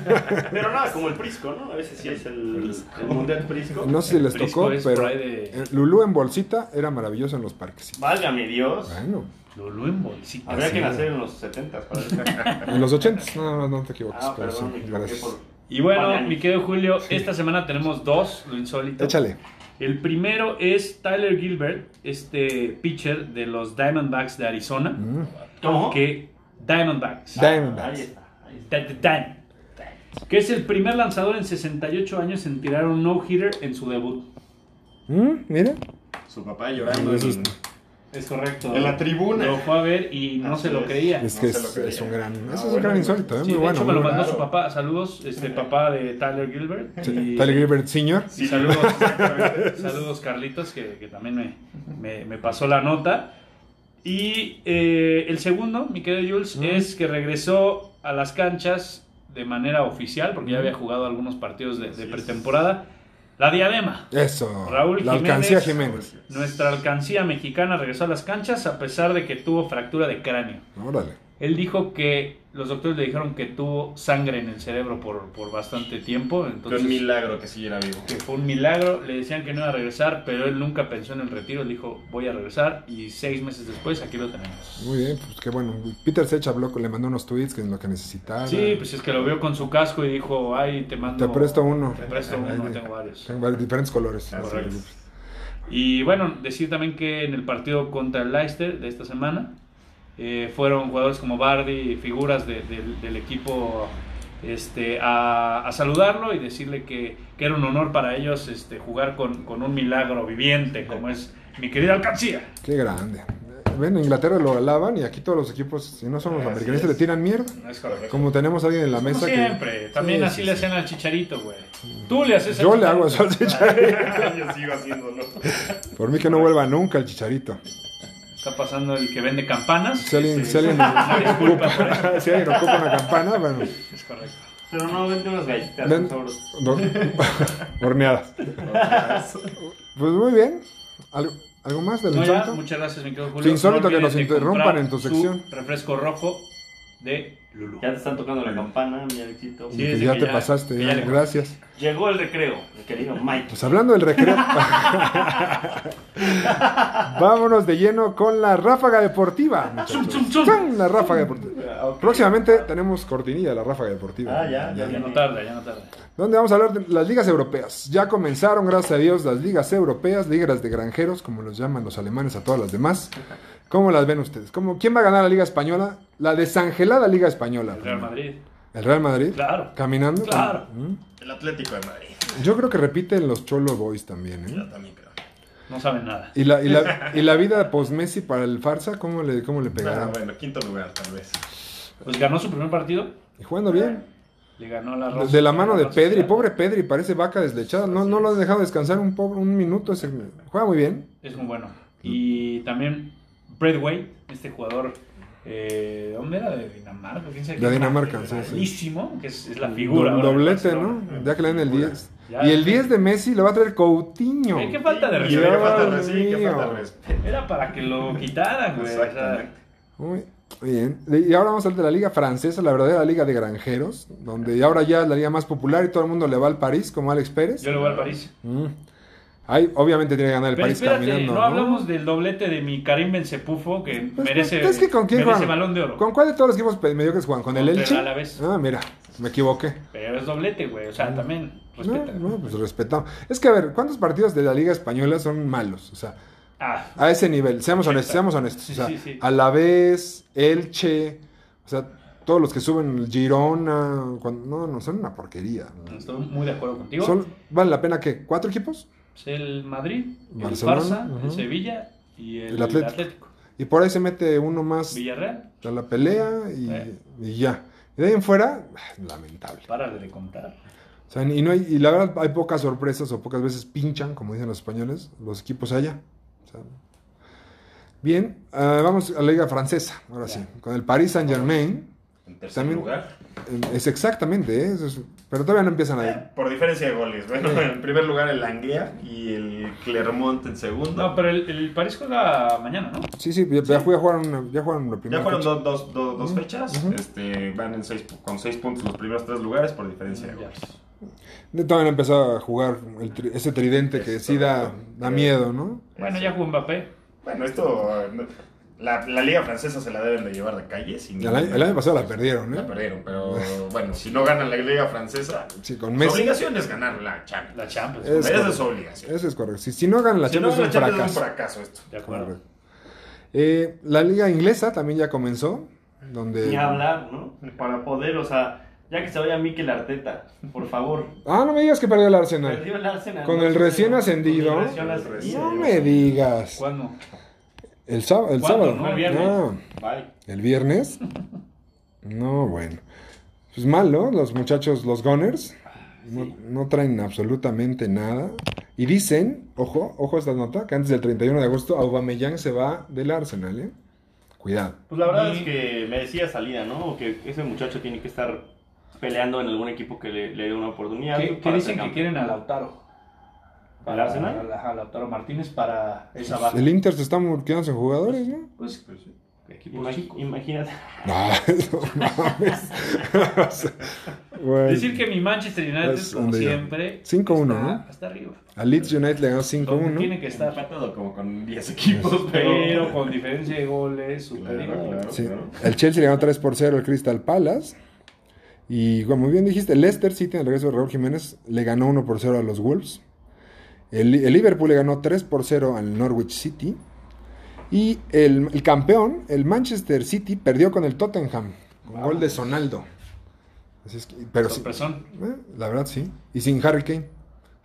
Speaker 2: Pero nada, como el Prisco, ¿no? A veces sí es el, el Mundial Prisco.
Speaker 1: No sé si les
Speaker 3: Frisco
Speaker 1: tocó,
Speaker 3: es por
Speaker 1: pero
Speaker 3: ahí de-
Speaker 1: eh, Lulú en bolsita era maravilloso en los parques.
Speaker 2: Válgame Dios.
Speaker 1: Bueno,
Speaker 3: Lulú en bolsita.
Speaker 2: Habría
Speaker 1: sí.
Speaker 2: que nacer en los 70 para
Speaker 1: en los 80 no, no, no te equivoques.
Speaker 2: Ah,
Speaker 1: pero
Speaker 2: perdón,
Speaker 1: sí,
Speaker 2: me equivoqué
Speaker 1: gracias.
Speaker 2: por...
Speaker 3: Y bueno,
Speaker 2: Banana.
Speaker 3: mi querido Julio, esta semana tenemos dos, lo insólito.
Speaker 1: Échale.
Speaker 3: El primero es Tyler Gilbert, este pitcher de los Diamondbacks de Arizona.
Speaker 1: Mm.
Speaker 2: ¿Cómo?
Speaker 3: Que Diamondbacks.
Speaker 1: Diamondbacks.
Speaker 2: Ahí está. ahí está.
Speaker 3: Da- da- Dan. Que es el primer lanzador en 68 años en tirar un no-hitter en su debut.
Speaker 1: Mm, Mira.
Speaker 4: Su papá llorando
Speaker 1: Eso
Speaker 4: en,
Speaker 3: Es correcto.
Speaker 4: en la tribuna.
Speaker 3: Lo fue a ver y no
Speaker 4: Así
Speaker 3: se lo
Speaker 4: es.
Speaker 3: creía.
Speaker 1: Es
Speaker 4: No
Speaker 1: que
Speaker 4: se lo
Speaker 1: es,
Speaker 4: creía.
Speaker 1: es un gran. Eso
Speaker 4: Ah,
Speaker 1: es un
Speaker 4: bueno,
Speaker 1: gran
Speaker 4: bueno.
Speaker 1: insólito, ¿eh?
Speaker 3: Sí,
Speaker 1: muy
Speaker 3: de
Speaker 1: bueno.
Speaker 3: hecho me
Speaker 1: muy
Speaker 3: lo
Speaker 1: bueno.
Speaker 3: mandó
Speaker 4: raro.
Speaker 3: su papá. Saludos, este papá de Tyler Gilbert. Y-
Speaker 1: Tyler Gilbert Sr.
Speaker 3: y saludos, saludos Carlitos, que, que también me, me- me pasó la nota. Y eh, el segundo, mi querido Jules, es que regresó a las canchas de manera oficial, porque ya había jugado algunos partidos de, de pretemporada. La diadema.
Speaker 1: Eso.
Speaker 3: Raúl
Speaker 1: La
Speaker 3: Jiménez.
Speaker 1: alcancía
Speaker 4: Pues,
Speaker 1: Jiménez.
Speaker 3: Nuestra alcancía mexicana regresó a las canchas a pesar de que tuvo fractura de cráneo.
Speaker 1: Órale.
Speaker 3: Él dijo que los doctores le dijeron que tuvo sangre en el cerebro por, por bastante tiempo.
Speaker 4: Qué
Speaker 3: Entonces,
Speaker 4: un milagro que sí era vivo.
Speaker 3: que fue un milagro, le decían que no iba a regresar, pero él nunca pensó en el retiro, él dijo voy a regresar y seis meses después aquí lo tenemos.
Speaker 1: Muy bien, pues qué bueno. Peter Sech habló, con- le mandó unos tweets que es lo que necesitaba.
Speaker 3: Sí, pues es que lo vio con su casco y dijo, ay, te mando...
Speaker 1: Ah, Te presto uno. Ah,
Speaker 3: Te presto
Speaker 1: Ahí
Speaker 3: uno,
Speaker 1: de-
Speaker 3: tengo varios.
Speaker 1: Tengo varios- diferentes colores. pues,
Speaker 4: Así
Speaker 3: Correcto.
Speaker 4: es.
Speaker 3: Y bueno, decir también que en el partido contra el Leicester de esta semana eh, fueron jugadores como Bardi, figuras de- del- del equipo este, a, a saludarlo y decirle que, que era un honor para ellos este, jugar con, con un milagro viviente como es mi querida Alcancía.
Speaker 1: Qué grande. Ven, en Inglaterra lo alaban y aquí todos los equipos, si no son los
Speaker 4: Así
Speaker 1: americanistas,
Speaker 4: es.
Speaker 1: le tiran mierda.
Speaker 3: Es correcto.
Speaker 1: Como tenemos a alguien en la
Speaker 3: Como
Speaker 1: mesa que.
Speaker 3: siempre, también
Speaker 1: Sí,
Speaker 3: así
Speaker 1: sí,
Speaker 3: le
Speaker 1: sí.
Speaker 3: hacen al chicharito, güey. Tú le haces al
Speaker 1: Yo le hago eso
Speaker 3: Chicharito.
Speaker 1: al chicharito.
Speaker 4: Yo sigo haciéndolo.
Speaker 1: Por mí que no vuelva nunca el chicharito.
Speaker 3: Está pasando el que vende campanas.
Speaker 1: Si alguien,
Speaker 3: Sí.
Speaker 1: si alguien,
Speaker 3: Una disculpa por eso.
Speaker 1: ocupa, si alguien ocupa una campana, bueno.
Speaker 3: Es correcto.
Speaker 2: Pero no, vente unas galletas.
Speaker 1: ven-
Speaker 2: por favor.
Speaker 1: do- horneadas. Pues muy bien. ¿Algo, algo más del
Speaker 3: No, ya,
Speaker 1: insólito?
Speaker 3: muchas gracias, mi querido Julio.
Speaker 1: insólito que
Speaker 3: olvides
Speaker 1: nos
Speaker 3: de
Speaker 1: interrumpan
Speaker 3: comprar
Speaker 1: en tu
Speaker 3: su
Speaker 1: sección.
Speaker 3: Refresco rojo de Lulú.
Speaker 2: Ya te están tocando la campana, mi Alexito.
Speaker 3: Sí,
Speaker 1: que
Speaker 3: dice
Speaker 1: ya
Speaker 3: que
Speaker 1: te
Speaker 3: ya-
Speaker 1: pasaste,
Speaker 3: que ya
Speaker 1: ¿eh?
Speaker 3: le-
Speaker 1: gracias.
Speaker 2: Llegó el recreo, mi querido Mike.
Speaker 1: Pues hablando del recreo. Vámonos de lleno con la ráfaga deportiva. muchachos.
Speaker 3: Chum, chum, chum.
Speaker 1: Chum, La ráfaga deportiva.
Speaker 2: Ah, ok.
Speaker 1: Próximamente tenemos cortinilla de la ráfaga deportiva.
Speaker 2: Ah, ya,
Speaker 3: Ya no tarda, ya no tarda.
Speaker 1: Donde vamos a hablar de las ligas europeas. Ya comenzaron, gracias a Dios, las ligas europeas, ligas de granjeros, como los llaman los alemanes a todas las demás. ¿Cómo las ven ustedes? ¿Cómo, ¿Quién va a ganar la Liga Española? La desangelada Liga Española.
Speaker 3: El Real Madrid.
Speaker 1: ¿El Real Madrid?
Speaker 3: Claro.
Speaker 1: ¿Caminando?
Speaker 3: Claro.
Speaker 1: Mm.
Speaker 4: El Atlético de Madrid.
Speaker 1: Yo creo que repiten los Cholo Boys también. ¿eh?
Speaker 4: Ya también, pero.
Speaker 3: No saben nada.
Speaker 1: ¿Y la, y, la, y la vida post-Messi para el Farsa? ¿Cómo le, cómo le
Speaker 4: Ah,
Speaker 1: pegará?
Speaker 4: bueno, quinto lugar, tal vez.
Speaker 3: Pues ganó su primer partido.
Speaker 1: Y jugando bien.
Speaker 3: Le ganó la Rosa.
Speaker 1: De la mano de
Speaker 3: Rosa
Speaker 1: Pedri.
Speaker 3: Sociedad.
Speaker 1: Pobre Pedri, parece vaca deslechada. No, no lo han dejado descansar un, po- un minuto. ese- Juega muy bien.
Speaker 3: Es muy bueno. Y también Bradway, este jugador. Eh, ¿Dónde era? De Dinamarca. ¿Quién sabe
Speaker 1: De
Speaker 3: qué
Speaker 1: Dinamarca,
Speaker 3: parte,
Speaker 1: sí, sí.
Speaker 3: Bravísimo, que es, es la figura.
Speaker 1: Do-
Speaker 3: ahora del
Speaker 1: doblete, ¿no?
Speaker 3: Barcelona.
Speaker 1: Ya que le den el 10.
Speaker 3: Ya.
Speaker 1: Y el 10 de Messi lo va a traer Coutinho.
Speaker 3: Eh, qué falta de
Speaker 4: Y
Speaker 1: Dios
Speaker 4: qué falta de
Speaker 3: respeto.
Speaker 1: Dios.
Speaker 4: respeto, qué falta de
Speaker 1: mío.
Speaker 4: respeto.
Speaker 3: Era para que lo quitaran, güey. o sea,
Speaker 4: Exactamente.
Speaker 1: Muy bien. Y ahora vamos a hablar de la liga francesa, la verdadera liga de granjeros, donde ahora ya es la liga más popular y todo el mundo le va al París, como Alex Pérez.
Speaker 3: yo le voy al París.
Speaker 1: Mm. Ahí, obviamente tiene que ganar el
Speaker 3: Pero
Speaker 1: París
Speaker 3: espérate,
Speaker 1: caminando.
Speaker 3: no, hablamos del doblete de mi Karim Benzepufo, que
Speaker 1: Pues,
Speaker 3: merece,
Speaker 1: pues, es que con quién
Speaker 3: merece
Speaker 1: juegan?
Speaker 3: balón de oro.
Speaker 1: ¿Con cuál de todos los equipos pe- mediocres juegan? ¿Con el
Speaker 3: Contra el
Speaker 1: Elche?
Speaker 3: Alavés.
Speaker 1: Ah, mira, me equivoqué.
Speaker 3: Pero es doblete, güey. O sea, también respeta.
Speaker 1: No, no, pues respetamos. Es que a ver, ¿cuántos partidos de la Liga Española son malos? O sea,
Speaker 3: Ah,
Speaker 1: a ese nivel, seamos honestos, seamos honestos.
Speaker 3: Sí,
Speaker 1: o sea,
Speaker 3: sí, sí.
Speaker 1: Alavés, Elche, o sea, todos los que suben Girona, cuando- no, no, son una porquería.
Speaker 3: estoy muy de acuerdo contigo.
Speaker 1: Solo- ¿Vale la pena que cuatro equipos?
Speaker 3: Es el Madrid,
Speaker 1: Barcelona,
Speaker 3: el Barça,
Speaker 1: ujú.
Speaker 3: el Sevilla y el,
Speaker 1: El Atlético.
Speaker 3: Atlético.
Speaker 1: Y por ahí se mete uno más
Speaker 3: Villarreal,
Speaker 1: a la pelea y,
Speaker 3: Eh.
Speaker 1: y ya. Y de ahí en fuera, ah, lamentable.
Speaker 3: párale de contar.
Speaker 1: O sea, y, no hay- y la verdad hay pocas sorpresas o pocas veces pinchan, como dicen los españoles, los equipos allá. O sea, bien, ah, vamos a la liga francesa, ahora sí, con el Paris Saint Germain.
Speaker 4: En tercer
Speaker 1: También-
Speaker 4: lugar.
Speaker 1: Es exactamente, ¿eh? Eso es- pero todavía no empiezan ahí.
Speaker 4: Por diferencia de goles. Bueno, en primer lugar el Anglia y el Clermont en segundo.
Speaker 3: No, pero el, el París juega mañana, ¿no?
Speaker 1: Sí, sí, ya, ya jugaron una, ya jugaron una primera.
Speaker 4: Ya fueron
Speaker 1: fecha.
Speaker 4: dos, dos, dos, dos fechas.
Speaker 1: Ujú.
Speaker 4: este, van en seis, pu- con seis puntos los primeros tres lugares por diferencia de
Speaker 3: Ya.
Speaker 4: goles.
Speaker 1: Todavía no empezó a jugar el tri- ese tridente que sí da, da miedo, ¿no?
Speaker 3: Bueno, ya jugó Mbappé.
Speaker 4: Bueno, esto. eh, no- La, la liga francesa se la deben de llevar de calle. sin
Speaker 1: El año, el año pasado la perdieron,
Speaker 4: La
Speaker 1: ¿eh?
Speaker 4: perdieron, pero bueno, si no ganan la liga francesa,
Speaker 1: Sí, con
Speaker 4: su
Speaker 1: Messi.
Speaker 4: obligación es ganar la Champions.
Speaker 3: La Champions.
Speaker 1: Es-
Speaker 4: Esa es su obligación.
Speaker 1: Eso es correcto. Si, si no ganan la
Speaker 4: si no
Speaker 1: Champions
Speaker 4: ganan la
Speaker 1: es un
Speaker 4: Champions es
Speaker 1: fracaso.
Speaker 4: un fracaso esto.
Speaker 3: De acuerdo.
Speaker 1: Correcto. Eh, la liga inglesa también ya comenzó, donde...
Speaker 2: Ni hablar, ¿no? Para poder, o sea, ya que se vaya Mikel Arteta, por favor.
Speaker 1: Ah, no me digas que perdió el Arsenal.
Speaker 2: Perdió el Arsenal.
Speaker 1: Con
Speaker 2: ¿no?
Speaker 1: el recién ascendido.
Speaker 2: Con el recién
Speaker 1: No
Speaker 2: ascendido.
Speaker 1: me digas.
Speaker 3: ¿Cuándo?
Speaker 1: El, sá- el
Speaker 3: ¿Cuándo,
Speaker 1: sábado.
Speaker 3: no? El viernes.
Speaker 1: Ah,
Speaker 2: Bye.
Speaker 1: ¿El viernes? No, bueno. Pues mal, ¿no? Los muchachos, los Gunners,
Speaker 3: Ah,
Speaker 1: no, no traen absolutamente nada. Y dicen, ojo, ojo a esta nota, que antes del 31 de agosto Aubameyang se va del Arsenal, ¿eh? Cuidado.
Speaker 2: Pues la verdad
Speaker 3: Y-
Speaker 2: es que merecía salida, ¿no? O que ese muchacho tiene que estar peleando en algún equipo que le, le dé una oportunidad.
Speaker 3: ¿Qué, qué
Speaker 2: para ser
Speaker 3: dicen que
Speaker 2: campeón.
Speaker 3: quieren a Lautaro?
Speaker 2: ¿Al Arsenal?
Speaker 3: A, la- a Lautaro Martínez para esa baja.
Speaker 1: El Inter se está murqueando en jugadores, ¿no?
Speaker 3: Pues, equipo
Speaker 2: Imag-
Speaker 3: chico.
Speaker 2: Imagínate.
Speaker 1: No, no mames. O sea, bueno.
Speaker 3: Decir que mi Manchester United,
Speaker 1: Es
Speaker 3: como
Speaker 1: un día.
Speaker 3: siempre,
Speaker 1: 5-1,
Speaker 3: está,
Speaker 1: ¿no?
Speaker 3: está arriba.
Speaker 1: A Leeds United le ganó
Speaker 3: Donde
Speaker 1: 5-1.
Speaker 3: tiene que
Speaker 4: Está
Speaker 3: estar.
Speaker 4: empatado como con 10 equipos,
Speaker 3: Pero con diferencia de goles, superior.
Speaker 4: Claro, claro.
Speaker 1: Sí. El Chelsea le ganó 3 por 0 al Crystal Palace. Y como bien dijiste, el Leicester City, en el regreso de Raúl Jiménez, le ganó 1 por 0 a los Wolves. El, el Liverpool le ganó 3 por 0 al Norwich City. Y el, el campeón, el Manchester City, perdió con el Tottenham. Con gol de Sonaldo. Así es que- pero sí,
Speaker 3: Sorpresón.
Speaker 1: eh, la verdad sí. Y sin Harry Kane.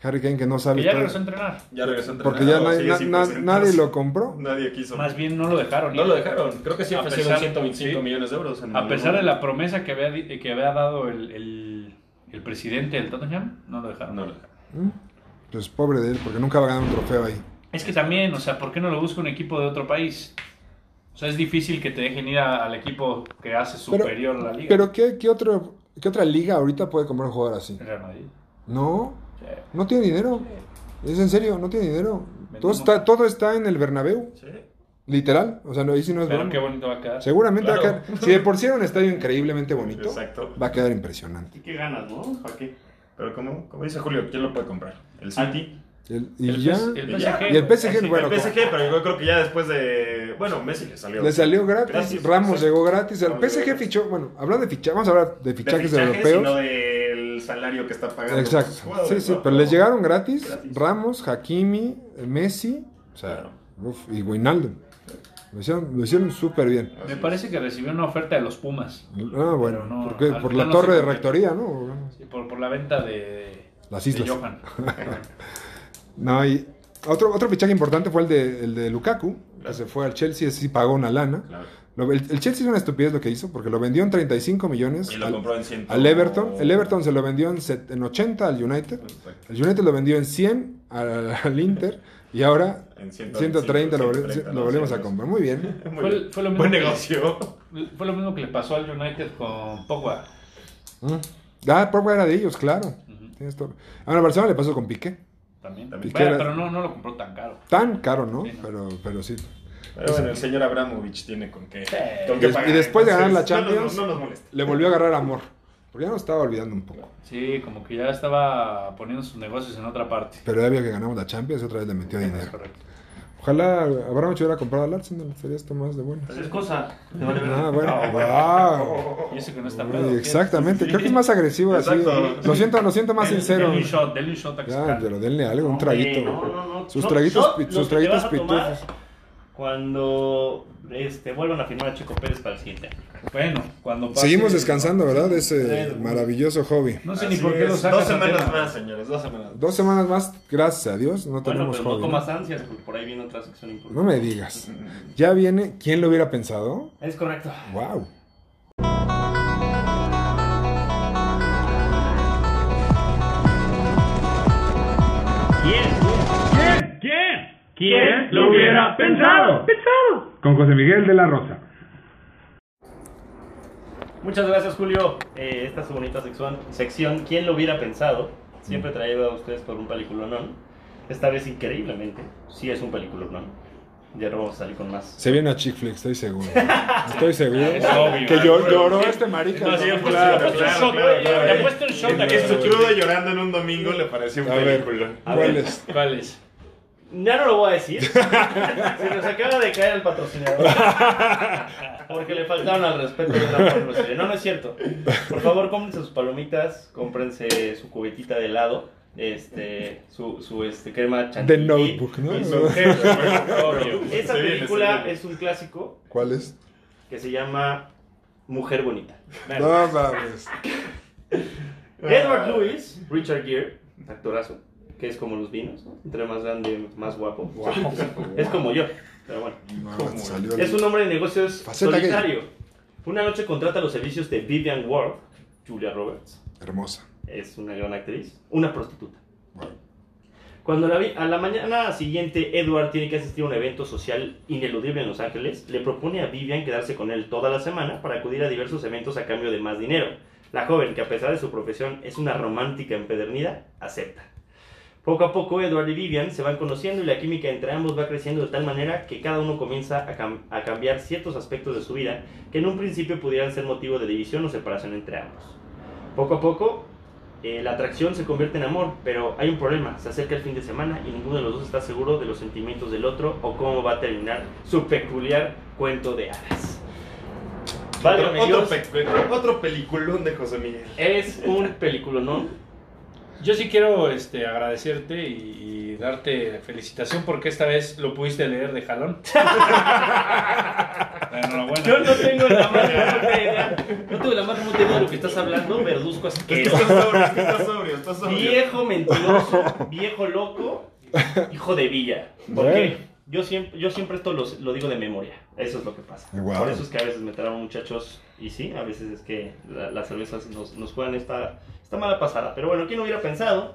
Speaker 1: Harry Kane que no sabe.
Speaker 3: Que ya
Speaker 1: todavía-
Speaker 3: regresó a entrenar.
Speaker 4: Ya regresó
Speaker 1: Porque ya
Speaker 4: entrenado,
Speaker 1: nadie,
Speaker 4: sigue
Speaker 1: na-
Speaker 4: sin
Speaker 1: na-
Speaker 4: presentarse.
Speaker 1: nadie lo compró.
Speaker 4: Nadie quiso.
Speaker 3: Más bien no lo dejaron.
Speaker 4: No
Speaker 3: ir.
Speaker 4: lo dejaron. Creo que sí
Speaker 3: A
Speaker 4: ofrecieron
Speaker 3: pesar-
Speaker 4: 125
Speaker 3: sí.
Speaker 4: millones de euros. en
Speaker 3: A
Speaker 4: el-
Speaker 3: pesar de la promesa que había, di- que había dado el, el- el presidente del Tottenham, no lo dejaron.
Speaker 4: No lo dejaron.
Speaker 1: ¿Mm? Pues pobre de él, porque nunca va a ganar un trofeo ahí.
Speaker 3: Es que también, o sea, ¿por qué no lo busca un equipo de otro país? O sea, es difícil que te dejen ir a- al equipo que hace
Speaker 1: Pero-
Speaker 3: superior a la liga.
Speaker 1: Pero ¿qué, qué, otro, ¿qué otra liga ahorita puede comprar un jugador así?
Speaker 3: El Real Madrid.
Speaker 1: No,
Speaker 3: Sí.
Speaker 1: no tiene dinero. Es en serio, no tiene dinero. Todo
Speaker 3: Vendemos.
Speaker 1: está, todo está en el Bernabéu.
Speaker 4: Sí.
Speaker 1: Literal, o sea, no, ahí sí no es
Speaker 3: Pero
Speaker 1: broma.
Speaker 3: qué bonito va a quedar.
Speaker 1: Seguramente va a
Speaker 4: Claro.
Speaker 1: quedar. Si de por sí era un estadio increíblemente bonito,
Speaker 4: Exacto.
Speaker 1: va a quedar impresionante.
Speaker 2: ¿Y qué ganas, no? ¿Para qué?
Speaker 4: Pero como, como dice Julio, ¿quién lo puede comprar? El City.
Speaker 1: El- y
Speaker 3: El
Speaker 1: ya.
Speaker 3: PS- el
Speaker 4: Y
Speaker 3: PSG,
Speaker 4: ya.
Speaker 1: y el
Speaker 3: güey.
Speaker 1: PSG,
Speaker 4: Sí,
Speaker 1: bueno,
Speaker 4: el PSG, pero yo creo que ya después de. Bueno, Messi le salió.
Speaker 1: Le salió gratis,
Speaker 4: Gratis,
Speaker 1: Ramos
Speaker 4: exacto.
Speaker 1: llegó gratis. El
Speaker 4: Ramos llegó
Speaker 1: PSG
Speaker 4: gratis.
Speaker 1: fichó, bueno, hablando de fichajes, vamos a hablar de
Speaker 4: De
Speaker 1: fichajes,
Speaker 4: fichajes, sino
Speaker 1: europeos.
Speaker 4: del salario que está pagando.
Speaker 1: Exacto.
Speaker 4: los jugadores,
Speaker 1: Sí, sí,
Speaker 4: ¿no?
Speaker 1: pero les llegaron gratis,
Speaker 4: Gratis.
Speaker 1: Ramos, Hakimi, eh, Messi, o sea,
Speaker 4: Claro.
Speaker 1: uf, y Wijnaldum. Lo hicieron, lo hicieron súper bien.
Speaker 4: Así
Speaker 3: Me
Speaker 4: es.
Speaker 3: parece que recibió una oferta de los Pumas.
Speaker 1: Ah, bueno,
Speaker 3: no,
Speaker 1: ¿por qué?
Speaker 3: al
Speaker 1: por
Speaker 3: final
Speaker 1: la
Speaker 3: no
Speaker 1: torre
Speaker 3: se
Speaker 1: de
Speaker 3: cumplió.
Speaker 1: rectoría, ¿no?
Speaker 3: Sí, por, por la venta de,
Speaker 1: Las
Speaker 3: de
Speaker 1: islas.
Speaker 3: Johan.
Speaker 1: No, y otro, otro fichaje importante fue el de, el de Lukaku, que se fue al Chelsea, sí pagó una lana.
Speaker 4: Claro.
Speaker 1: Lo- el, el Chelsea es una estupidez lo que hizo, porque lo vendió en 35 millones
Speaker 4: Y lo
Speaker 1: pues, al,
Speaker 4: compró en 100.
Speaker 1: al Everton. El Everton se lo vendió en, set- en 80 al United.
Speaker 4: Exacto.
Speaker 1: El United lo vendió en 100 al, al Inter. Y ahora
Speaker 4: En
Speaker 1: 130 lo, vol- lo volvemos a comprar. Muy bien.
Speaker 4: Muy
Speaker 3: Fue,
Speaker 4: bien.
Speaker 3: fue lo mismo
Speaker 4: Buen
Speaker 3: que-
Speaker 4: negocio.
Speaker 3: Fue lo mismo que le pasó al United con Pogba.
Speaker 1: Mm. Ah, Pogba era de ellos, claro.
Speaker 3: Ujú.
Speaker 1: Tienes todo. A bueno, Barcelona le pasó con Piqué.
Speaker 4: También.
Speaker 3: También. Bueno,
Speaker 1: Piqué era-
Speaker 3: pero no, no lo compró tan caro.
Speaker 1: Tan caro, ¿no?
Speaker 3: Sí, no.
Speaker 1: Pero, pero sí.
Speaker 4: Pero bueno, el señor Abramovich tiene con qué.
Speaker 3: Sí.
Speaker 4: con qué
Speaker 1: Y des- y después de ganar la
Speaker 4: entonces, no nos-
Speaker 1: Champions-
Speaker 4: No, nos molesta.
Speaker 1: Le volvió a agarrar amor. Porque ya nos estaba olvidando un poco.
Speaker 3: Sí, como que ya estaba poniendo sus negocios en otra parte.
Speaker 1: Pero ya vio que ganamos la Champions y otra vez le metió
Speaker 3: Es
Speaker 1: dinero.
Speaker 3: correcto.
Speaker 1: Ojalá Abramovich hubiera comprado al Arsenal. Sería esto más de buena.
Speaker 2: Pues es cosa. te vale verga.
Speaker 1: Ah, bueno. Wow.
Speaker 3: Y eso que no está
Speaker 1: Uy,
Speaker 3: pedo. ¿qué?
Speaker 1: exactamente, creo que es más agresivo así.
Speaker 4: Exacto.
Speaker 1: Lo siento, lo siento más
Speaker 3: Denle-
Speaker 1: sincero.
Speaker 3: Denle un shot, denle un shot a que se
Speaker 1: Ya,
Speaker 3: calme.
Speaker 1: pero denle algo, un
Speaker 2: No,
Speaker 1: traguito.
Speaker 2: güey, no, no, no.
Speaker 1: Sus
Speaker 2: Shot-
Speaker 1: traguitos,
Speaker 2: shot,
Speaker 1: pi-
Speaker 2: los
Speaker 1: sus
Speaker 2: que te
Speaker 1: traguitos
Speaker 2: vas a tomar
Speaker 1: pitosos.
Speaker 2: Cuando este, vuelvan a firmar a Chico Pérez para el siguiente año.
Speaker 3: Bueno, cuando pase-
Speaker 1: Seguimos descansando, ¿verdad? De ese
Speaker 3: Claro.
Speaker 1: maravilloso hobby.
Speaker 3: No sé
Speaker 4: Así
Speaker 3: ni por qué
Speaker 4: es.
Speaker 3: lo sacas.
Speaker 4: Dos
Speaker 3: a
Speaker 4: semanas
Speaker 3: tema.
Speaker 4: más, señores, dos semanas más.
Speaker 1: Dos semanas más, gracias a Dios, no
Speaker 2: Bueno,
Speaker 1: tenemos
Speaker 2: pero no
Speaker 1: hobby.
Speaker 2: comas
Speaker 1: ¿no?
Speaker 2: ansias, porque por ahí viene otra sección importante.
Speaker 1: No me digas. Ya viene, ¿quién lo hubiera pensado?
Speaker 2: Es correcto.
Speaker 1: ¡Wow!
Speaker 5: ¿Quién? ¿Quién? ¿Quién lo hubiera pensado? Pensado. Con José Miguel de la Rosa.
Speaker 2: Muchas gracias, Julio. Eh, esta es su bonita sección, sección. ¿Quién lo hubiera pensado?
Speaker 1: Mm.
Speaker 2: Siempre traído a ustedes por un peliculonón. Esta vez, increíblemente, sí es un peliculonón. Ya no vamos a salir con más.
Speaker 1: Se viene a Chick Flick, estoy seguro. Estoy seguro.
Speaker 3: Es obvio.
Speaker 1: que llor- lloró este marica.
Speaker 4: No, sí,
Speaker 1: ¿no?
Speaker 4: pues,
Speaker 1: Claro, claro.
Speaker 4: sí, claro, claro, claro.
Speaker 3: Le he puesto el shot
Speaker 1: Bien,
Speaker 3: a
Speaker 4: Que
Speaker 3: que
Speaker 1: bien,
Speaker 4: su
Speaker 3: se
Speaker 1: bien.
Speaker 4: crudo llorando en un domingo le pareció un
Speaker 1: A ver,
Speaker 4: película.
Speaker 1: ¿cuál es?
Speaker 3: ¿Cuál es?
Speaker 2: Ya no lo voy a decir. Se nos acaba de caer el patrocinador. Porque le faltaron al respeto de la patrocinadora. No, no es cierto. Por favor, cómprense sus palomitas, cómprense su cubetita de helado, este, su, su este, crema
Speaker 1: The
Speaker 2: chantilly.
Speaker 1: Notebook, ¿no?
Speaker 2: y su ketchup.
Speaker 4: Obvio.
Speaker 2: Esta
Speaker 4: Se viene, se
Speaker 2: película
Speaker 4: viene.
Speaker 2: es un clásico
Speaker 1: ¿Cuál es?
Speaker 2: que se llama Mujer Bonita.
Speaker 1: No mames.
Speaker 2: Edward Lewis, Richard Gere, actorazo, que es como los vinos, ¿no? entre más grande, más guapo. Es como yo, pero bueno.
Speaker 1: No, te salió el-
Speaker 2: Es un hombre de negocios
Speaker 1: Faceta gay.
Speaker 2: solitario. Una noche contrata los servicios de Vivian Ward, Julia Roberts,
Speaker 1: Hermosa.
Speaker 2: es una gran actriz, una prostituta.
Speaker 1: Bueno.
Speaker 2: Cuando la vi- a la mañana siguiente Edward tiene que asistir a un evento social ineludible en Los Ángeles, le propone a Vivian quedarse con él toda la semana para acudir a diversos eventos a cambio de más dinero. La joven, que a pesar de su profesión es una romántica empedernida, acepta. Poco a poco Edward y Vivian se van conociendo y la química entre ambos va creciendo de tal manera que cada uno comienza a, cam- a cambiar ciertos aspectos de su vida que en un principio pudieran ser motivo de división o separación entre ambos. Poco a poco eh, la atracción se convierte en amor, pero hay un problema. Se acerca el fin de semana y ninguno de los dos está seguro de los sentimientos del otro o cómo va a terminar su peculiar cuento de hadas. Válgame
Speaker 4: Otro, otro,
Speaker 2: Dios,
Speaker 4: pe- otro peliculón de José Miguel.
Speaker 2: es un película, ¿no?
Speaker 3: Yo sí quiero este, agradecerte y, y darte felicitación porque esta vez lo pudiste leer de jalón. Enhorabuena.
Speaker 2: Yo no tengo la más remota idea. No tengo la más remota idea de lo que estás hablando, verduzco
Speaker 4: Es que
Speaker 2: asqueroso.
Speaker 4: estás sobrio, es que estás sobrio, estás sobrio.
Speaker 2: Viejo mentiroso, viejo loco, hijo de villa.
Speaker 1: Bueno.
Speaker 2: Porque yo siempre, yo siempre esto los- lo, digo de memoria. Eso es lo que pasa.
Speaker 1: Guau.
Speaker 2: Por eso es que a veces me traban muchachos. Y sí, a veces es que la- las cervezas nos, nos juegan esta, esta mala pasada. Pero bueno, ¿quién hubiera pensado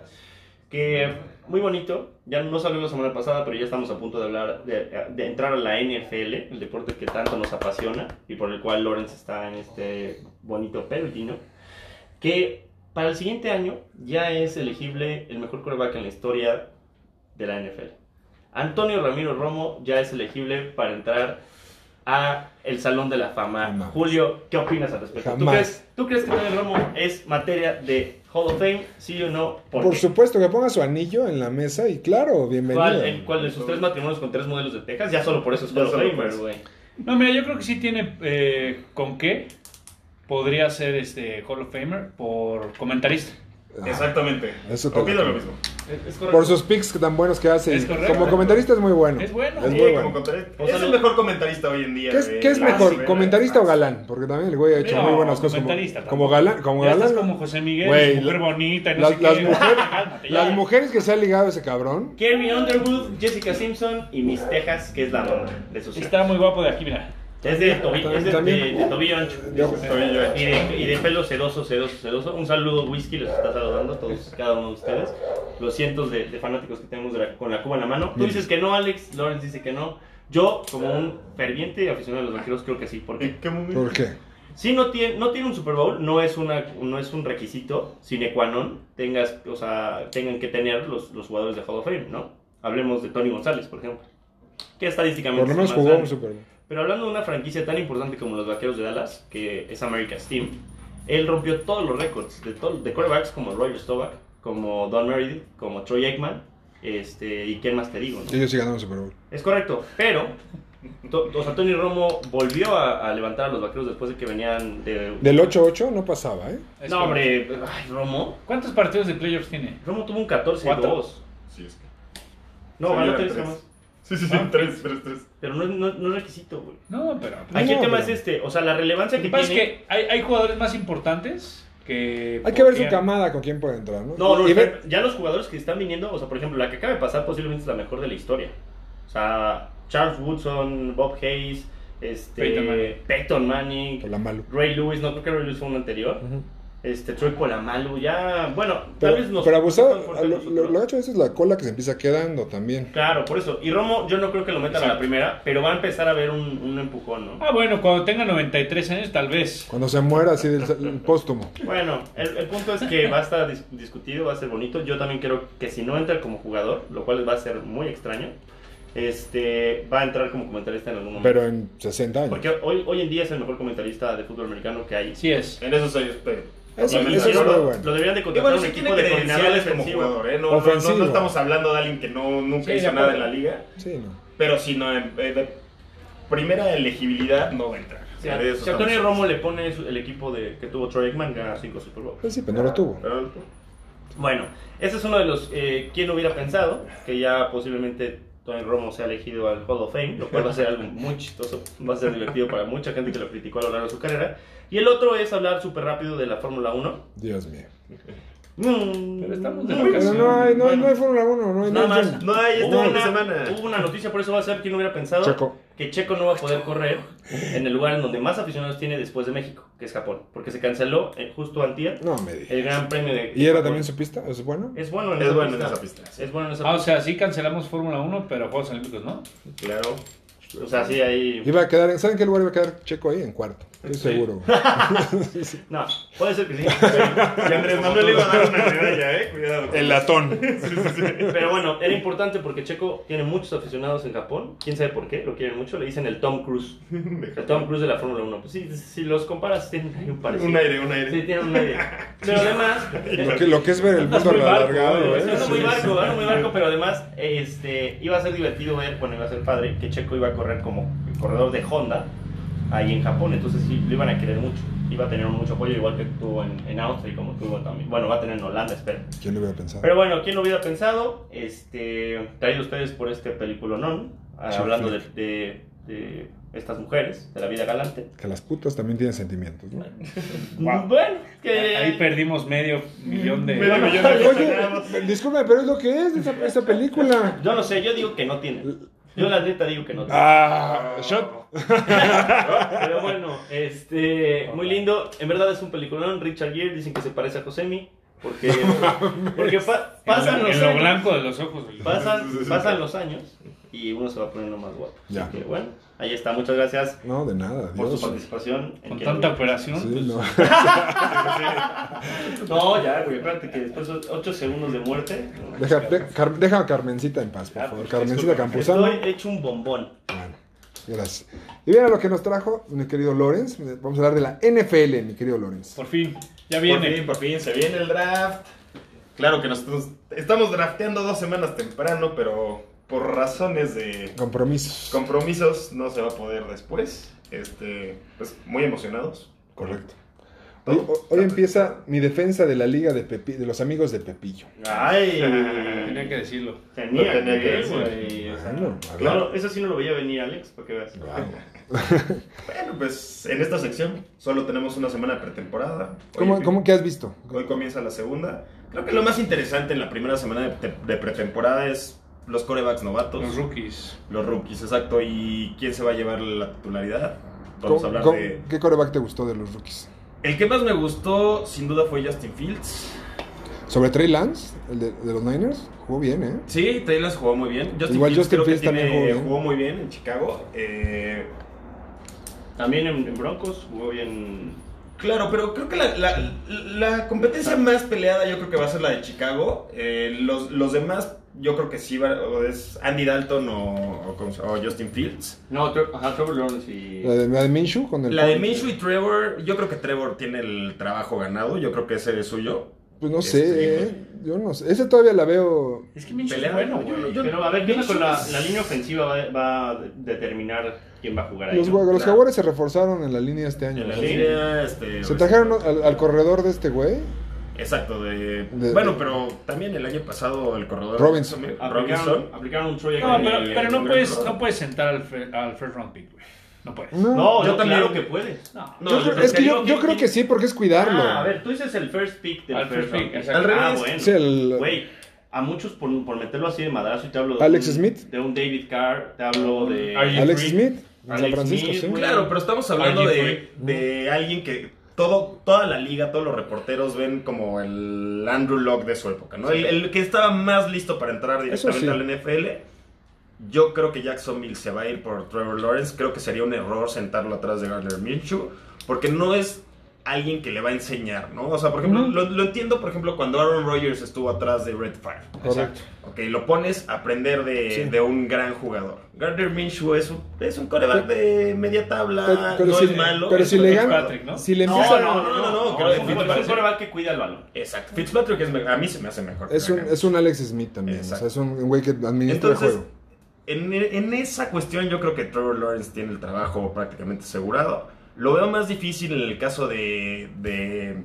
Speaker 2: que muy bonito? Ya no salió la semana pasada, pero ya estamos a punto de hablar, de, de entrar a la NFL, el deporte que tanto nos apasiona y por el cual Lawrence está en este bonito peregrino. Que para el siguiente año ya es elegible el mejor quarterback en la historia de la NFL. Antonio Ramiro Romo ya es elegible para entrar a el Salón de la Fama.
Speaker 1: Jamás.
Speaker 2: Julio, ¿qué opinas al respecto? ¿Tú
Speaker 1: Jamás.
Speaker 2: crees, tú crees que Antonio Romo es materia de Hall of Fame? ¿Sí o no?
Speaker 1: Por,
Speaker 2: qué?
Speaker 1: supuesto que ponga su anillo en la mesa y claro, bienvenido.
Speaker 2: ¿Cuál, en cuál de sus tres matrimonios con tres modelos de Texas? Ya solo por eso es
Speaker 4: Ya
Speaker 2: Hall of
Speaker 4: solo por
Speaker 2: Famer,
Speaker 4: eso.
Speaker 2: güey.
Speaker 3: No, mira, yo creo que sí tiene eh, con qué podría ser este Hall of Famer por comentarista.
Speaker 1: Ah,
Speaker 4: Exactamente.
Speaker 1: Eso te lo
Speaker 4: Opino lo
Speaker 1: creo.
Speaker 4: mismo.
Speaker 2: Es, es
Speaker 1: Por
Speaker 2: correcto.
Speaker 1: sus picks que tan buenos que hace.
Speaker 3: Es correcto.
Speaker 1: Como comentarista es muy bueno.
Speaker 3: Es bueno.
Speaker 1: Es
Speaker 4: Sí,
Speaker 1: muy
Speaker 4: como
Speaker 1: bueno.
Speaker 4: comentarista.
Speaker 2: O
Speaker 4: Es
Speaker 2: sea,
Speaker 4: el
Speaker 2: lo-
Speaker 4: mejor comentarista hoy en día.
Speaker 1: ¿Qué es,
Speaker 4: de
Speaker 1: qué es
Speaker 4: las
Speaker 1: mejor,
Speaker 4: novelas.
Speaker 1: comentarista o galán? Porque también el güey ha hecho
Speaker 3: Pero
Speaker 1: muy buenas cosas. Como,
Speaker 3: comentarista
Speaker 1: como
Speaker 3: tampoco.
Speaker 1: galán. Como
Speaker 3: Ya estás
Speaker 1: galán
Speaker 3: como José Miguel,
Speaker 1: Güey,
Speaker 3: es mujer
Speaker 1: la-
Speaker 3: bonita y no
Speaker 1: las-
Speaker 3: sé qué.
Speaker 1: las mujeres-
Speaker 3: Cálmate, ya.
Speaker 1: Las mujeres que se ha ligado ese cabrón.
Speaker 2: Kevin Underwood, Jessica Simpson y Miss Texas, que es la mamá de sus hijos.
Speaker 3: Está muy guapo de aquí, mira.
Speaker 2: Es de, tobi- es de-
Speaker 1: También-
Speaker 2: de- de tobillo ancho.
Speaker 1: Yo-
Speaker 2: Y de, y de pelo sedoso, sedoso, sedoso. Un saludo, Whisky, los está saludando a todos, cada uno de ustedes. Los cientos de, de fanáticos que tenemos de la- con la Cuba en la mano. Tú dices que no, Alex. Lawrence dice que no. Yo, como un ferviente aficionado de los vaqueros, creo que sí. Porque
Speaker 4: ¿En qué momento?
Speaker 1: ¿Por qué?
Speaker 2: Si no tiene, no tiene un Super Bowl, no es, una, no es un requisito sine qua non tengas, o sea, tengan que tener los, los jugadores de Hall of Fame, ¿no? Hablemos de Tony González, por ejemplo, que estadísticamente
Speaker 1: Por lo
Speaker 2: es el
Speaker 1: menos
Speaker 2: más
Speaker 1: jugó un
Speaker 2: grande.
Speaker 1: Super Bowl.
Speaker 2: Pero hablando de una franquicia tan importante como los Vaqueros de Dallas, que es America's Team, él rompió todos los récords de, todo- de quarterbacks como Roger Staubach, como Don Meredith, como Troy Aikman, este, y quién más te digo, ¿no?
Speaker 1: Ellos sí ganaron un Super Bowl.
Speaker 2: Es correcto, pero to- o sea, Tony Romo volvió a, a levantar a los vaqueros después de que venían de.
Speaker 1: Del 8-8 no pasaba, ¿eh?
Speaker 3: Es
Speaker 2: no,
Speaker 3: correcto.
Speaker 2: hombre, ay, Romo.
Speaker 3: ¿Cuántos partidos de playoffs tiene?
Speaker 2: Romo tuvo un 14-2.
Speaker 3: Cuatro.
Speaker 4: Sí, es que-
Speaker 2: No,
Speaker 4: Sí,
Speaker 2: ganó
Speaker 4: eran
Speaker 2: 3
Speaker 4: tres.
Speaker 2: jamás.
Speaker 4: Sí, sí, sí,
Speaker 3: Ah.
Speaker 4: tres, tres, tres.
Speaker 2: Pero no, es- no- no es requisito, güey.
Speaker 3: No, pero...
Speaker 1: No,
Speaker 2: Aquí el tema
Speaker 1: pero-
Speaker 2: es este, o sea, la relevancia
Speaker 3: Lo
Speaker 2: que
Speaker 3: que pasa es
Speaker 2: tiene.
Speaker 3: que hay, hay jugadores más importantes que...
Speaker 1: Hay que ver su
Speaker 3: podrían-
Speaker 1: camada con quién puede entrar, ¿no?
Speaker 2: No, no,
Speaker 1: Y ver-
Speaker 2: ya los jugadores que están viniendo, o sea, por ejemplo, la que acaba de pasar posiblemente es la mejor de la historia. O sea, Charles Woodson, Bob Hayes, este,
Speaker 3: Peyton Manning.
Speaker 2: Peyton Manning,
Speaker 1: Por la malo.
Speaker 2: Ray Lewis, no creo que Ray Lewis fue un anterior. Este, Troy Polamalu, ya. Bueno,
Speaker 1: Pero,
Speaker 2: tal vez nos.
Speaker 1: pero abusado,
Speaker 2: nos- nos-
Speaker 1: lo,
Speaker 2: nos-
Speaker 1: lo, lo gacho de eso es la cola que se empieza quedando también.
Speaker 2: Claro, por eso. Y Romo, yo no creo que lo metan a la
Speaker 3: Exacto.
Speaker 2: primera, pero va a empezar a haber un, un empujón, ¿no?
Speaker 3: Ah, bueno, cuando tenga 93 años, tal vez.
Speaker 1: Cuando se muera así del el póstumo.
Speaker 2: Bueno, el, el punto es que va a estar dis- discutido, va a ser bonito. Yo también creo que si no entra como jugador, lo cual va a ser muy extraño, este, va a entrar como comentarista en algún momento.
Speaker 1: Pero eh, en 60 años.
Speaker 2: Porque hoy, hoy en día es el mejor comentarista de fútbol americano que hay.
Speaker 3: Sí es.
Speaker 4: En esos años, pero.
Speaker 1: Eso-
Speaker 2: Y- y
Speaker 1: eso es
Speaker 2: yo
Speaker 1: muy
Speaker 2: lo,
Speaker 1: bueno.
Speaker 2: lo deberían de
Speaker 4: Y
Speaker 2: contratar
Speaker 4: bueno,
Speaker 2: un
Speaker 4: sí
Speaker 2: equipo
Speaker 4: tiene
Speaker 2: de coordinador
Speaker 4: credenciales como
Speaker 2: defensivo.
Speaker 4: jugador, ¿eh? No, no, no,
Speaker 1: Ofensivo.
Speaker 4: no estamos hablando de alguien que no, nunca
Speaker 3: Sí, de
Speaker 4: hizo nada en
Speaker 3: acuerdo.
Speaker 4: la liga,
Speaker 1: Sí, no.
Speaker 4: pero si no, eh, de primera elegibilidad no va a entrar.
Speaker 2: Si a,
Speaker 4: De eso
Speaker 2: si a Tony
Speaker 4: estamos-
Speaker 2: Romo le pone su- el equipo de, que tuvo Troy Aikman, gana 5 Super Bowl.
Speaker 1: Pues sí, pero no lo tuvo.
Speaker 4: Pero-
Speaker 2: Bueno, ese es uno de los. Eh, ¿Quién hubiera pensado que ya posiblemente Tony Romo sea elegido al Hall of Fame? Lo cual va a ser algo muy chistoso, va a ser divertido para mucha gente que lo criticó a lo largo de su carrera. Y el otro es hablar súper rápido de la Fórmula 1.
Speaker 1: Dios mío.
Speaker 2: Mm.
Speaker 3: Pero estamos de
Speaker 1: Pero
Speaker 3: vacaciones.
Speaker 1: no hay, no, hay-
Speaker 2: Bueno.
Speaker 1: no hay Fórmula 1, no hay
Speaker 2: Nada
Speaker 1: no hay
Speaker 2: más.
Speaker 1: Jump.
Speaker 4: No hay este fin
Speaker 2: Hubo
Speaker 4: de
Speaker 2: una-
Speaker 4: semana.
Speaker 2: Hubo una noticia, por eso va a ser quien hubiera pensado
Speaker 1: Checo.
Speaker 2: que Checo no va a poder correr en el lugar en donde más aficionados tiene después de México, que es Japón. Porque se canceló eh, justo antier
Speaker 1: No me digas.
Speaker 2: el Gran Premio de.
Speaker 1: ¿Y era
Speaker 2: Japón.
Speaker 1: también su pista? ¿Es bueno?
Speaker 2: Es bueno en
Speaker 4: Es
Speaker 2: esa
Speaker 4: bueno en
Speaker 2: pista.
Speaker 4: esa pista, sí.
Speaker 2: Es bueno en esa
Speaker 3: Ah, o sea, sí cancelamos Fórmula 1, pero Juegos Olímpicos, ¿no?
Speaker 4: Claro.
Speaker 2: O sea, sí, ahí.
Speaker 1: Iba a quedar, ¿saben qué lugar iba a quedar Checo ahí? En cuarto. Estoy seguro.
Speaker 2: No, puede ser que sí.
Speaker 4: Y Andrés Manuel le iba a dar una medalla, ¿eh? Cuidado.
Speaker 1: latón.
Speaker 2: Pero bueno, era importante porque Checo tiene muchos aficionados en Japón. Quién sabe por qué, lo quieren mucho. Le dicen el Tom Cruise. El Tom Cruise de la Fórmula 1. Pues sí, si los comparas, tienen ahí un parecido.
Speaker 4: Un aire, un aire.
Speaker 2: Sí, tienen un aire. Pero además.
Speaker 1: Lo que, lo que es ver el mundo
Speaker 3: muy barco,
Speaker 1: alargado,
Speaker 3: güey.
Speaker 1: ¿eh?
Speaker 2: Ando muy barco, ando muy barco, pero además este, iba a ser divertido ver, bueno, iba a ser padre que Checo iba a correr como el corredor de Honda ahí en Japón, entonces sí, lo iban a querer mucho, iba a tener mucho apoyo, igual que tuvo en, en Austria y como tuvo también, bueno, va a tener en Holanda, espero.
Speaker 1: ¿Quién lo hubiera pensado?
Speaker 2: Pero bueno, ¿quién lo hubiera pensado? Este, traído ustedes por este película non,
Speaker 1: Sí,
Speaker 2: hablando de,
Speaker 1: sí.
Speaker 2: de- de estas mujeres, de la vida galante.
Speaker 1: Que las putas también tienen sentimientos, ¿no?
Speaker 3: Wow.
Speaker 2: Bueno, que...
Speaker 3: Ahí perdimos Eh. medio millón de...
Speaker 4: Medio millón de aficionados.
Speaker 1: Oye, disculpe, pero es lo que es esa, esa película.
Speaker 2: Yo no sé, yo digo que no tienen. Yo la neta digo que no tienen.
Speaker 1: Ah, shot.
Speaker 2: Pero bueno, este, muy lindo. En verdad es un peliculón. Richard Gere dicen que se parece a Josemi. Porque, porque pa-
Speaker 3: En lo-
Speaker 2: pasan los
Speaker 3: En lo
Speaker 2: años.
Speaker 3: blanco de los ojos. güey.
Speaker 2: Pasan, pasan los años. y uno se va poniendo más guapo.
Speaker 1: Ya.
Speaker 2: Así que bueno, ahí está. Muchas gracias
Speaker 1: No, de nada.
Speaker 2: por
Speaker 1: Dios.
Speaker 2: su participación. en
Speaker 3: Con
Speaker 2: que-
Speaker 3: tanta operación.
Speaker 1: Sí,
Speaker 3: pues,
Speaker 1: no.
Speaker 2: No, ya, güey. Acuérdate que después 8 segundos de muerte. no,
Speaker 1: Deja,
Speaker 2: chica.
Speaker 1: de- Car- deja a Carmencita en paz, por
Speaker 2: Ah,
Speaker 1: favor.
Speaker 2: pues,
Speaker 1: Carmencita
Speaker 2: disculpa,
Speaker 1: Campuzano.
Speaker 2: Estoy hecho un bombón.
Speaker 1: Bueno, gracias. Y mira lo que nos trajo mi querido Lorenz. Vamos a hablar de la NFL, mi querido Lorenz.
Speaker 3: Por fin, ya
Speaker 4: Por fin,
Speaker 3: viene.
Speaker 4: por fin, se viene el draft. Claro que nosotros estamos drafteando dos semanas temprano, pero por razones de
Speaker 1: Compromisos.
Speaker 4: compromisos no se va a poder después. Este, pues muy emocionados.
Speaker 1: Correcto. Hoy, ho- hoy empieza mi defensa de la liga de, Pepi- de los amigos de Pepillo.
Speaker 2: Ay,
Speaker 3: Tenía que decirlo.
Speaker 2: tenía
Speaker 4: Lo tenía que
Speaker 2: que,
Speaker 4: decir.
Speaker 2: güey. o sea,
Speaker 1: Bueno, Ah, a ver.
Speaker 2: Claro, eso sí no lo veía venir, Alex, para que veas.
Speaker 1: Wow.
Speaker 4: Bueno, pues en esta sección solo tenemos una semana pretemporada. Hoy
Speaker 1: ¿Cómo,
Speaker 4: empie-
Speaker 1: cómo que has visto?
Speaker 4: Hoy comienza la segunda. Creo que lo más interesante en la primera semana de, te- de pretemporada es los corebacks novatos.
Speaker 3: Los rookies.
Speaker 4: Los rookies, exacto. ¿Y quién se va a llevar la titularidad? Vamos
Speaker 1: ¿Cómo-
Speaker 4: a hablar
Speaker 1: cómo-
Speaker 4: de...
Speaker 1: ¿Qué coreback te gustó de los rookies?
Speaker 4: El que más me gustó, sin duda, fue Justin Fields.
Speaker 1: ¿Sobre Trey Lance, el de, de los Niners? Jugó bien, ¿eh?
Speaker 4: Sí, Taylor jugó muy bien. Justin
Speaker 1: Igual
Speaker 4: Fields
Speaker 1: Justin
Speaker 4: creo que
Speaker 1: Fields también
Speaker 4: tiene-
Speaker 1: jugó bien.
Speaker 4: muy bien en Chicago. Eh,
Speaker 2: También en, en Broncos jugó bien.
Speaker 4: claro, pero creo que la, la- la competencia más peleada yo creo que va a ser la de Chicago. Eh, los, los demás yo creo que sí va, o es Andy Dalton o, o cómo se- o Justin Fields.
Speaker 2: No, ajá, Trevor Lawrence y.
Speaker 1: La de, la de Minshew con el.
Speaker 4: La de Minshew y Trevor, yo creo que Trevor tiene el trabajo ganado. Yo creo que ese es suyo.
Speaker 1: Pues no
Speaker 4: Este,
Speaker 1: sé, ¿eh? Yo no sé. Ese todavía la veo.
Speaker 3: Es que Minshew es
Speaker 4: Pelea,
Speaker 3: bueno,
Speaker 4: yo-
Speaker 3: güey.
Speaker 4: yo-
Speaker 2: Pero a ver, ¿qué onda con la,
Speaker 4: Minshew es-
Speaker 2: la línea ofensiva? Va, va a determinar quién va a jugar ahí.
Speaker 1: Los,
Speaker 2: ¿no?
Speaker 1: los
Speaker 4: claro.
Speaker 1: jaguares se reforzaron en la línea este año.
Speaker 4: En la
Speaker 1: ¿no?
Speaker 4: línea, este,
Speaker 1: Se trajeron al, al corredor de este güey.
Speaker 4: Exacto, de,
Speaker 1: De-
Speaker 4: bueno,
Speaker 1: de-
Speaker 4: pero también el año pasado el corredor
Speaker 1: Robinson.
Speaker 4: Robinson.
Speaker 2: Aplicaron, aplicaron un Troy
Speaker 3: No,
Speaker 2: Aikman.
Speaker 3: pero, pero no,
Speaker 4: eh,
Speaker 3: puedes,
Speaker 4: eh,
Speaker 3: no puedes sentar al, fir- al first round pick, güey. No puedes.
Speaker 1: No.
Speaker 2: No,
Speaker 4: Yo
Speaker 2: yo
Speaker 4: también.
Speaker 2: también. Claro que puedes.
Speaker 3: No.
Speaker 4: No,
Speaker 1: Yo
Speaker 4: yo
Speaker 1: creo-
Speaker 4: creo
Speaker 1: es que
Speaker 2: que-
Speaker 1: yo, yo
Speaker 2: que-
Speaker 1: creo que sí, porque es cuidarlo.
Speaker 2: Ah, a ver, tú dices el first pick del
Speaker 3: Al
Speaker 2: first,
Speaker 3: first pick,
Speaker 2: round.
Speaker 3: exacto.
Speaker 4: Al
Speaker 2: Ah,
Speaker 4: revés.
Speaker 2: bueno.
Speaker 1: Sí, el-
Speaker 2: Güey, a muchos por, por meterlo así de madrazo y te hablo de
Speaker 1: Alex
Speaker 2: un-
Speaker 1: Smith.
Speaker 2: de un David Carr, te hablo de
Speaker 3: Are you-
Speaker 1: Alex
Speaker 3: Free.
Speaker 1: Smith, en
Speaker 2: Alex
Speaker 1: San Francisco,
Speaker 2: Smith,
Speaker 1: sí.
Speaker 2: güey.
Speaker 4: Claro, pero estamos hablando
Speaker 3: Alguien
Speaker 4: de, de alguien que todo, toda la liga, todos los reporteros ven como el Andrew Locke de su época, ¿no? El, el que estaba más listo para entrar directamente
Speaker 1: sí.
Speaker 4: al NFL. Yo creo que Jacksonville se va a ir por Trevor Lawrence. Creo que sería un error sentarlo atrás de Gardner Minshew, porque no es alguien que le va a enseñar, ¿no? O sea, por ejemplo, lo, lo entiendo, por ejemplo, cuando Aaron Rodgers estuvo atrás de Red Fire.
Speaker 1: Correcto.
Speaker 4: Ok, lo pones a aprender de,
Speaker 1: Sí.
Speaker 4: de un gran jugador. Gardner Minshew es un, es un coreback de media tabla,
Speaker 1: Pero- pero
Speaker 4: no
Speaker 1: si-
Speaker 4: es malo.
Speaker 1: pero
Speaker 4: es
Speaker 1: si
Speaker 4: un
Speaker 1: le
Speaker 4: buen
Speaker 1: gana-
Speaker 4: jugador.
Speaker 3: ¿no?
Speaker 1: Si le
Speaker 2: No,
Speaker 1: empieza,
Speaker 2: no, no, no, no,
Speaker 4: no,
Speaker 2: creo
Speaker 4: no,
Speaker 2: que es
Speaker 4: me
Speaker 2: un
Speaker 4: parece.
Speaker 2: quarterback que cuida el balón.
Speaker 4: Exacto, Fitzpatrick es me- a mí se me hace mejor.
Speaker 1: es un, es un Alex Smith también.
Speaker 4: Exacto.
Speaker 1: O sea, es un güey que administra el
Speaker 4: Entonces,
Speaker 1: juego.
Speaker 4: en, en esa cuestión yo creo que Trevor Lawrence tiene el trabajo prácticamente asegurado. Lo veo más difícil en el caso de, de,